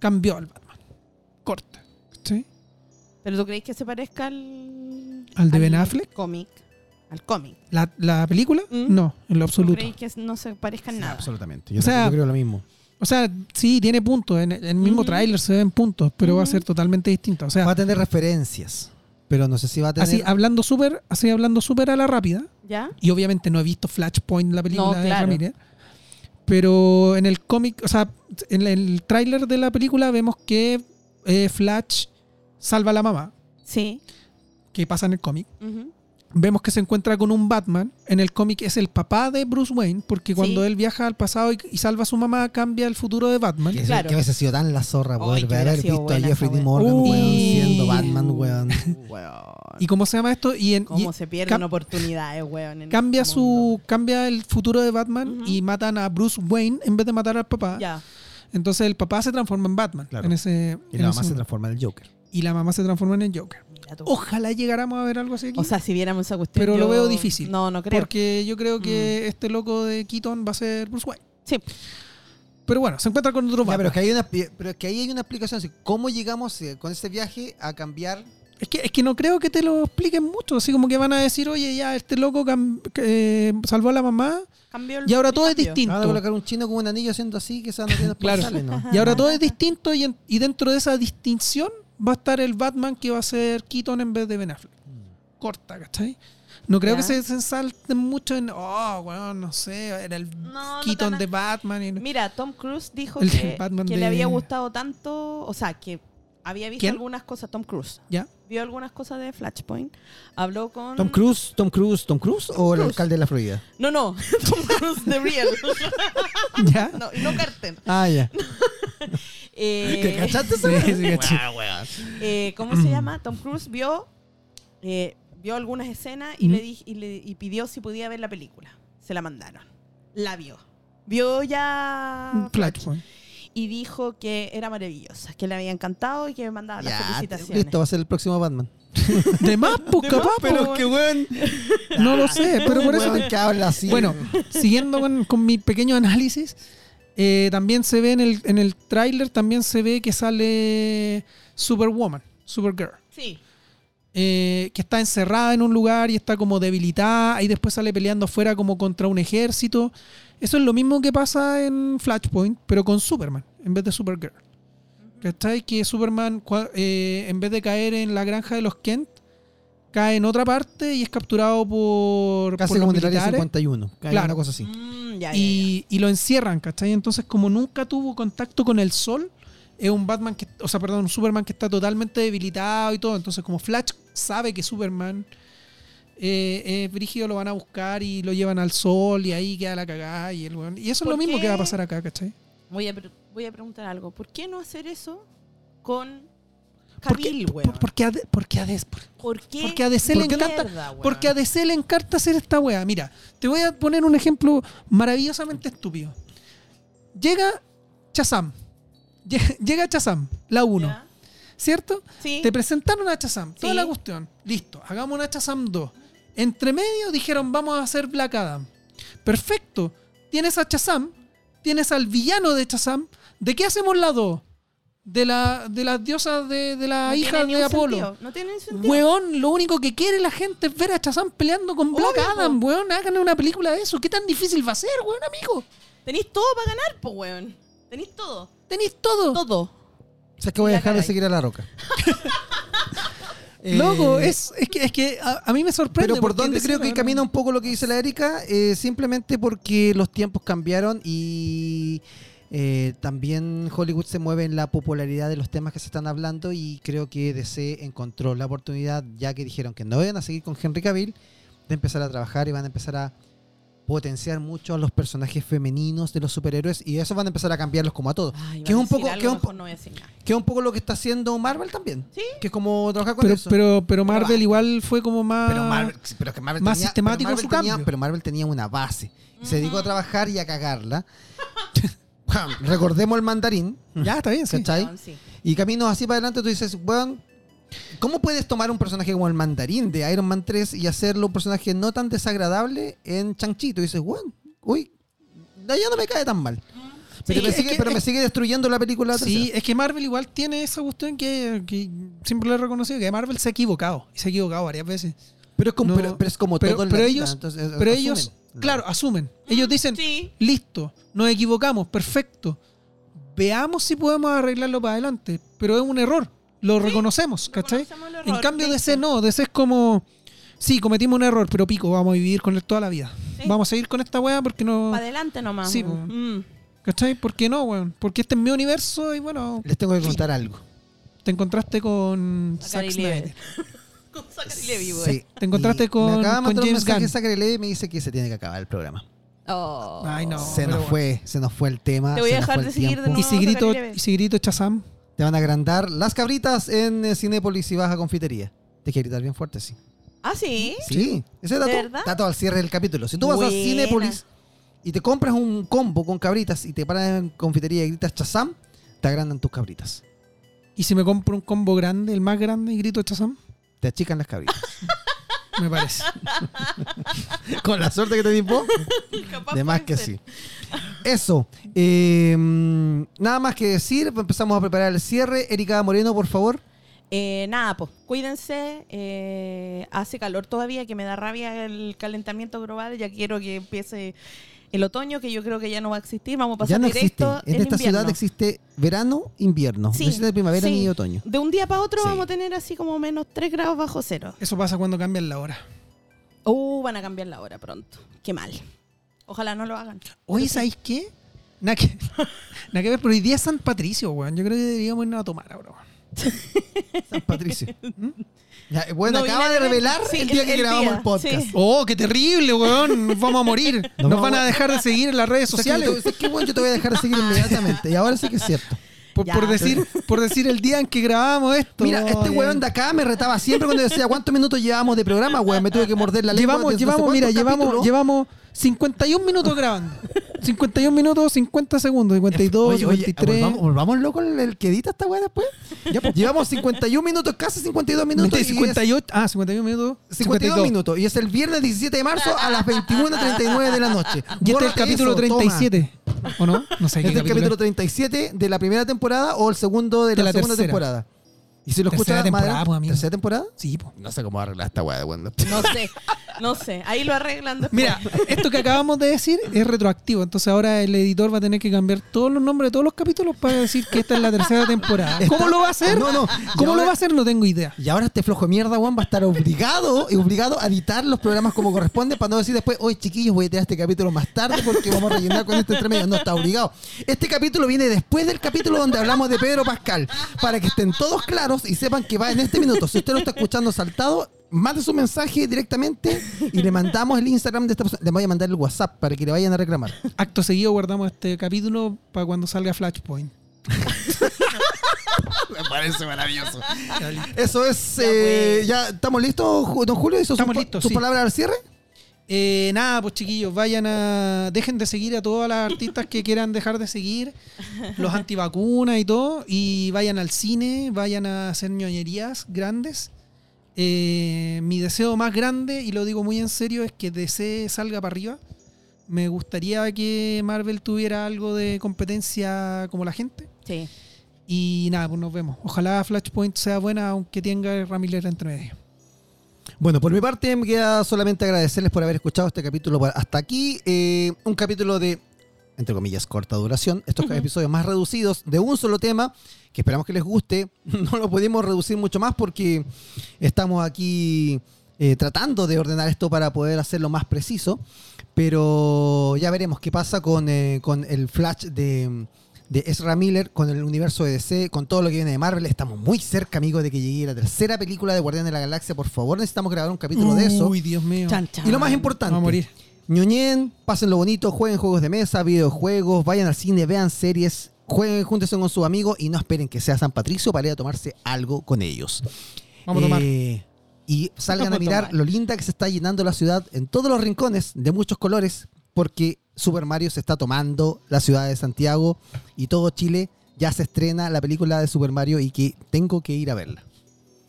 cambió al Batman, corta, ¿cachai?
¿Pero tú crees que se parezca al.
¿Al de Ben Affleck?
Cómic. Al cómic.
¿La, la película?
¿Mm?
No, en lo
¿Tú
absoluto.
crees que no se parezca en nada?
absolutamente. Yo,
O sea-
yo creo lo mismo.
O sea, sí, tiene puntos, en en el mismo
Ujú.
tráiler se ven puntos, pero va a
Ujú.
ser totalmente distinto. O sea,
Va a tener referencias. Pero no sé si va a tener.
Así hablando súper, así hablando súper a la rápida.
¿Ya?
Y obviamente no he visto Flashpoint, la película
No,
de
claro.
Ramírez. Pero en el cómic, o sea, en el tráiler de la película vemos que eh, Flash salva a la mamá,
Sí.
que pasa en el cómic.
ujú.
Vemos que se encuentra con un Batman. En el cómic es el papá de Bruce Wayne, porque cuando él viaja al pasado y, y salva a su mamá, cambia el futuro de Batman.
Que,
Claro.
que hubiese sido tan la zorra,
Ay,
poder
que
ver-
hubiera
haber
sido
visto
buena
a Jeffrey
esa
D. Morgan,
Uy.
weón, siendo Batman, weón.
Weón.
¿Y cómo se llama esto? Y, en, y
¿Cómo se pierden
cam-
oportunidades, weón? en
cambia
este
su
mundo?
cambia el futuro de Batman
Ujú.
y matan a Bruce Wayne en vez de matar al papá.
Ya.
Entonces el papá se transforma en Batman.
Claro.
En ese,
Y
en
la mamá
ese-
se transforma en el Joker.
y la mamá se transforma en el Joker.
Mira tú.
Ojalá llegáramos a ver algo así aquí.
O sea, si viéramos esa cuestión.
Pero lo
yo-
veo difícil,
No, no creo. Mm.
porque yo creo que este loco de Keaton va a ser Bruce Wayne.
Sí.
Pero bueno, se encuentra con otro
Ya,
Batman.
pero, es que hay una, pero es que ahí hay una explicación. así, ¿Cómo llegamos eh, con este viaje a cambiar?
Es que, es que no creo que te lo expliquen mucho. Así como que van a decir, oye, ya, este loco cam- que, eh, salvó a la mamá
Cambió el-
y ahora todo es
cambio.
Van a
distinto.
colocar un chino con un anillo haciendo así, que esas no tiene
Claro.
claro. ¿no?
Y ahora todo es distinto y, en- y dentro de esa distinción va a estar el Batman que va a ser Keaton en vez de Ben Affleck. Corta, ¿cachai? No creo
Mm. Ya.
que se, se salten mucho en, oh, bueno, no sé, era el
No, no
Keaton
tan-
de Batman. y no-
Mira, Tom Cruise dijo
El
que,
Batman
que
de-
le había gustado tanto, o sea, que había visto
¿Quién?
algunas cosas, Tom Cruise.
¿Ya?
Vio algunas cosas de Flashpoint. Habló con...
Tom Cruise, Tom Cruise, Tom Cruise o el alcalde de la Florida.
No, no, Tom Cruise de Real.
¿Ya?
No, no Carter.
Ah, ya.
Eh,
¿Te cachaste esa
Sí, sí, caché.
eh, ¿Cómo se llama? Tom Cruise vio, eh, vio algunas escenas y,
Ujú.
le dij- y le- y pidió si podía ver la película. Se la mandaron. La vio. Vio
Mm.
ya
Platform.
y dijo que era maravillosa, que le había encantado y que me mandaba las
Ya,
felicitaciones.
listo, va a ser el próximo Batman. Eh,
De más, pues
De más,
capaz,
pero
pues,
que
weón.
No lo sé, pero por eso.
Weón que habla así.
Bueno, siguiendo con, con mi pequeño análisis, eh, también se ve en el, en el tráiler, también se ve que sale Superwoman, Supergirl.
Sí.
eh, que está encerrada en un lugar y está como debilitada y después sale peleando afuera como contra un ejército. Eso es lo mismo que pasa en Flashpoint, pero con Superman en vez de Supergirl. ¿Cachai? Que Superman, cua- eh, en vez de caer en la granja de los Kent, cae en otra parte y es capturado por,
casi
por
como
los
en el área
militares
51. Claro.
Claro.
Una cosa así.
Mm, ya, ya, ya.
y, y lo encierran, ¿cachai? Entonces, como nunca tuvo contacto con el sol, es un Batman que, o sea, perdón, un Superman que está totalmente debilitado y todo. Entonces, como Flash sabe que Superman eh, es brígido, lo van a buscar y lo llevan al sol y ahí queda la cagada y el weón. Y eso es
¿Por
lo mismo
qué?
que va a pasar acá, ¿cachai?
Voy, a pre- voy a preguntar algo. ¿Por qué no hacer eso con
¿Por qué-
Cabil,
por-
weón?
Porque a, porque a Des- por-
¿Por qué?
porque a DC le
¿Por qué
encanta-
mierda, weón?
porque a DC le encanta hacer esta weá. Mira, te voy a poner un ejemplo maravillosamente estúpido. Llega Chazam. Llega Chazam, la 1.
¿Ya?
¿cierto?
Sí.
Te presentaron a Chazam, toda
Sí.
la cuestión. Listo, hagamos una Chazam 2. Entre medio dijeron, vamos a hacer Black Adam. Perfecto, tienes a Chazam, tienes al villano de Chazam. ¿De qué hacemos la 2? De, la, de las diosas de, de la
No tiene
hija
ni
de
un
Apolo.
sentido, No tiene ni sentido.
Weón, lo único que quiere la gente es ver a Chazam peleando con Black
Obvio,
Adam, weón. Háganle una película de eso. ¿Qué tan difícil va a ser, weón, amigo?
Tenéis todo para ganar, po, weón. Tenéis todo.
Tenéis todo.
Todo.
O sea, que voy a
Ya,
dejar de
caray.
seguir a la roca. Eh,
Loco, es, es que, es que a, a mí me sorprende.
Pero por
porque
donde
decir,
creo que
weón,
camina un poco lo que dice la Erika, eh, simplemente porque los tiempos cambiaron y eh, también Hollywood se mueve en la popularidad de los temas que se están hablando y creo que DC encontró la oportunidad, ya que dijeron que no iban a seguir con Henry Cavill, de empezar a trabajar y van a empezar a potenciar mucho a los personajes femeninos de los superhéroes y eso van a empezar a cambiarlos como a todos.
Ay,
Que
iba
es
a
un
decir
poco-
algo,
que es un
mejor
po-
no voy a decir nada.
Que es un poco lo que está haciendo Marvel también.
Sí.
Que es como trabajar con
Pero,
eso.
pero, pero Marvel igual fue como más.
Pero Marvel, pero que Marvel
más
tenía,
sistemático
pero Marvel
su
tenía-
cambio.
pero Marvel tenía una base. Y Se dedicó a
Ujú.
trabajar y a cagarla. Pam, Recordemos el mandarín,
Ya, está bien, sí.
¿cachai?
Weón, sí.
Y caminos así para adelante, tú dices, weón, ¿cómo puedes tomar un personaje como el mandarín de Iron Man 3 y hacerlo un personaje no tan desagradable en Chang-Chi? Tú dices, weón, uy, no, ya no me cae tan mal. Pero,
Sí,
me,
es
sigue,
que-
pero me
es-
sigue destruyendo la película.
Sí,
tercera.
es que Marvel igual tiene esa cuestión que, que siempre le he reconocido, que Marvel se ha equivocado. Y se ha equivocado varias veces.
Pero es como,
No,
pero, pero es como
pero-
todo en la
pero
vida,
ellos-
entonces, eh,
Pero
asumen.
ellos, claro, asumen. Ellos dicen,
Mm, Sí.
listo, nos equivocamos, perfecto. Veamos si podemos arreglarlo para adelante. Pero es un error. Lo reconocemos, ¿cachai?
Reconocemos el
En
error,
cambio,
listo.
DC no. DC es como, sí, cometimos un error, pero pico, vamos a vivir con él toda la vida.
Sí.
Vamos a seguir con esta weá porque no.
Pa' adelante nomás.
Sí,
weón.
po.
Mm.
¿Cachai? ¿Por qué no, weón? Porque este es mi universo y bueno,
Les tengo que contar algo.
Te encontraste con Zack
Zachary
Snyder.
Levi. Con Zachary Levi, güey.
Sí.
Te encontraste
Y
con-
Me acaba de
con
mandar un
James
mensaje
Gunn.
Zachary Levi y me dice que se tiene que acabar el programa.
Oh.
Ay, no.
se nos
pero
fue, se nos fue el tema.
Te voy a
se nos
dejar
fue el
de seguir de
tiempo.
nuevo.
Y si grito,
Zachary Levi.
y si grito Chazam.
Te van a agrandar las cabritas en eh, Cinépolis y Baja Confitería. Te que gritar bien fuerte, sí.
Ah, sí.
Sí, ese dato,
¿De verdad?
dato al cierre del capítulo. Si tú vas a
Buena.
Cinépolis y te compras un combo con cabritas y te paras en confitería y gritas chazam, te agrandan tus cabritas.
Y si me compro un combo grande, el más grande, y grito Chazam.
Te achican las cabritas.
Me parece.
con la suerte que te dio
Capaz
De más
puede
que
ser.
sí. Eso. eh, nada más que decir. Empezamos a preparar el cierre. Erika Moreno, por favor.
Eh, nada, pues cuídense. eh, hace calor todavía, que me da rabia el calentamiento global. Ya quiero que empiece el otoño, que yo creo que ya no va a existir. Vamos a pasar
ya no existe.
directo
En
el
esta
invierno.
ciudad existe verano, invierno.
Sí,
no existe primavera
sí.
ni otoño.
De un día para otro
Sí.
vamos a tener así como menos 3 grados bajo cero.
Eso pasa cuando cambian la hora.
Uh, van a cambiar la hora pronto. Qué mal. Ojalá no lo hagan.
Oye,
Pero sí.
¿sabéis qué? Nada que, nada que ver, pero hoy día es San Patricio, weón. Yo creo que deberíamos irnos a tomar ahora, weón.
San Patricio. ¿Mm? Ya, eh, bueno,
No,
acaba
vine
de
a ver-
revelar
sí,
el día
el-
que
el
grabamos
día,
el podcast.
sí.
¡Oh, qué terrible, weón! Nos vamos a morir. Nos,
vamos
van
a-
a dejar de seguir en las redes
O sea, que yo
sociales.
te- que bueno, yo te voy a dejar de seguir inmediatamente. Y ahora sí que es cierto.
Por,
Ya,
por decir, por decir el día en que grabamos esto. Oh,
Mira, este
weón.
weón de acá me retaba siempre cuando decía cuántos minutos llevamos de programa, weón. Me tuve que morder la lengua. desde
Llevamos,
no sé
llevamos, mira,
cuántos
llevamos,
capítulos.
llevamos 51 minutos grabando. 51 minutos, 50 segundos, 52,
Oye, oye,
53.
volvamos, volvamos loco el, el que edita esta weá después. Ya, pues, llevamos 51 minutos, casi 52 minutos.
Mentira,
y es
58, ah, 51 minutos.
52 minutos. Y es el viernes 17 de marzo a las 21.39 de la noche.
Y este es el
Bórrate
capítulo
eso, toma.
37. ¿O no? No sé
Este es
qué
el capítulo 37 de la primera temporada o el segundo de,
De
la,
la
segunda
tercera.
temporada. Y si lo escuchas
Tercera
más
temporada,
adelante-
pues, amigo.
¿Tercera temporada?
Sí, po.
No sé cómo arreglar esta weá de Wanda.
No sé, no sé. Ahí lo arreglan después.
Mira, esto que acabamos de decir es retroactivo. Entonces ahora el editor va a tener que cambiar todos los nombres de todos los capítulos para decir que esta es la tercera temporada. ¿Cómo lo va a hacer?
No, no.
¿Cómo
Y
lo
ahora-
va a hacer? No tengo idea.
Y ahora este flojo de mierda, Juan, va a estar obligado, y obligado a editar los programas como corresponde para no decir después, oye chiquillos, voy a tirar este capítulo más tarde porque vamos a rellenar con este entremedio. No, está obligado. Este capítulo viene después del capítulo donde hablamos de Pedro Pascal, para que estén todos claros y sepan que va en este minuto. Si usted lo está escuchando saltado, mande su mensaje directamente y le mandamos el Instagram de esta persona. Le voy a mandar el WhatsApp para que le vayan a reclamar.
Acto seguido guardamos este capítulo para cuando salga Flashpoint.
Me parece maravilloso. Eso es, eh, ya, estamos listos, Ju- don Julio, ¿hizo sus
pues. Estamos
pa-
listos,
sus
sí.
palabras al cierre?
Eh, nada, pues chiquillos, vayan a. Dejen de seguir a todas las artistas que quieran dejar de seguir, los antivacunas y todo, y vayan al cine, vayan a hacer ñoñerías grandes. Eh, mi deseo más grande, y lo digo muy en serio, es que DC salga para arriba. Me gustaría que Marvel tuviera algo de competencia como la gente.
Sí.
Y nada, pues nos vemos. Ojalá Flashpoint sea buena, aunque tenga Ramilera entre medio.
Bueno, por mi parte me queda solamente agradecerles por haber escuchado este capítulo pa- hasta aquí. Eh, un capítulo de, entre comillas, corta duración. Estos episodios más reducidos de un solo tema, que esperamos que les guste. No lo pudimos reducir mucho más porque estamos aquí eh, tratando de ordenar esto para poder hacerlo más preciso. Pero ya veremos qué pasa con, eh, con el flash de, de Ezra Miller, con el universo de DC, con todo lo que viene de Marvel. Estamos muy cerca, amigos, de que llegue la tercera película de Guardián de la Galaxia. Por favor, necesitamos grabar un capítulo de eso.
Uy, Dios mío.
Chan, chan.
Y lo más importante,
Vamos a morir.
ñoñen, pasen lo bonito, jueguen juegos de mesa, videojuegos, vayan al cine, vean series, jueguen, júntense con sus amigos y no esperen que sea San Patricio para ir a tomarse algo con ellos.
Vamos a tomar.
Eh, y salgan
Vamos
a
a
mirar
tomar.
lo linda que se está llenando la ciudad en todos los rincones, de muchos colores, porque Super Mario se está tomando la ciudad de Santiago y todo Chile. Ya se estrena la película de Super Mario y que tengo que ir a verla.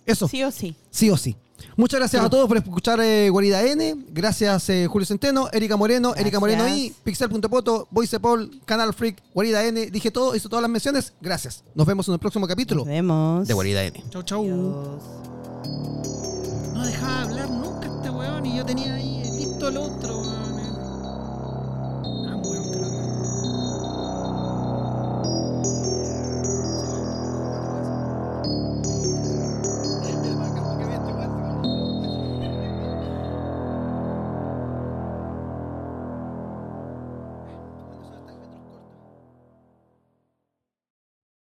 Eso,
Sí o sí.
sí o sí. Muchas gracias a todos por escuchar eh, Guarida N. Gracias eh, Julio Centeno, Erika Moreno, Erika
Gracias.
Moreno y Pixel.poto, Voice Paul, Canal Freak, Guarida N. Dije todo, hizo todas las menciones. Gracias. Nos vemos en el próximo capítulo
Nos vemos.
de Guarida N.
Chau, chau.
Adiós.
No dejaba hablar nunca este weón Ah, y yo tenía ahí listo el otro. weón. este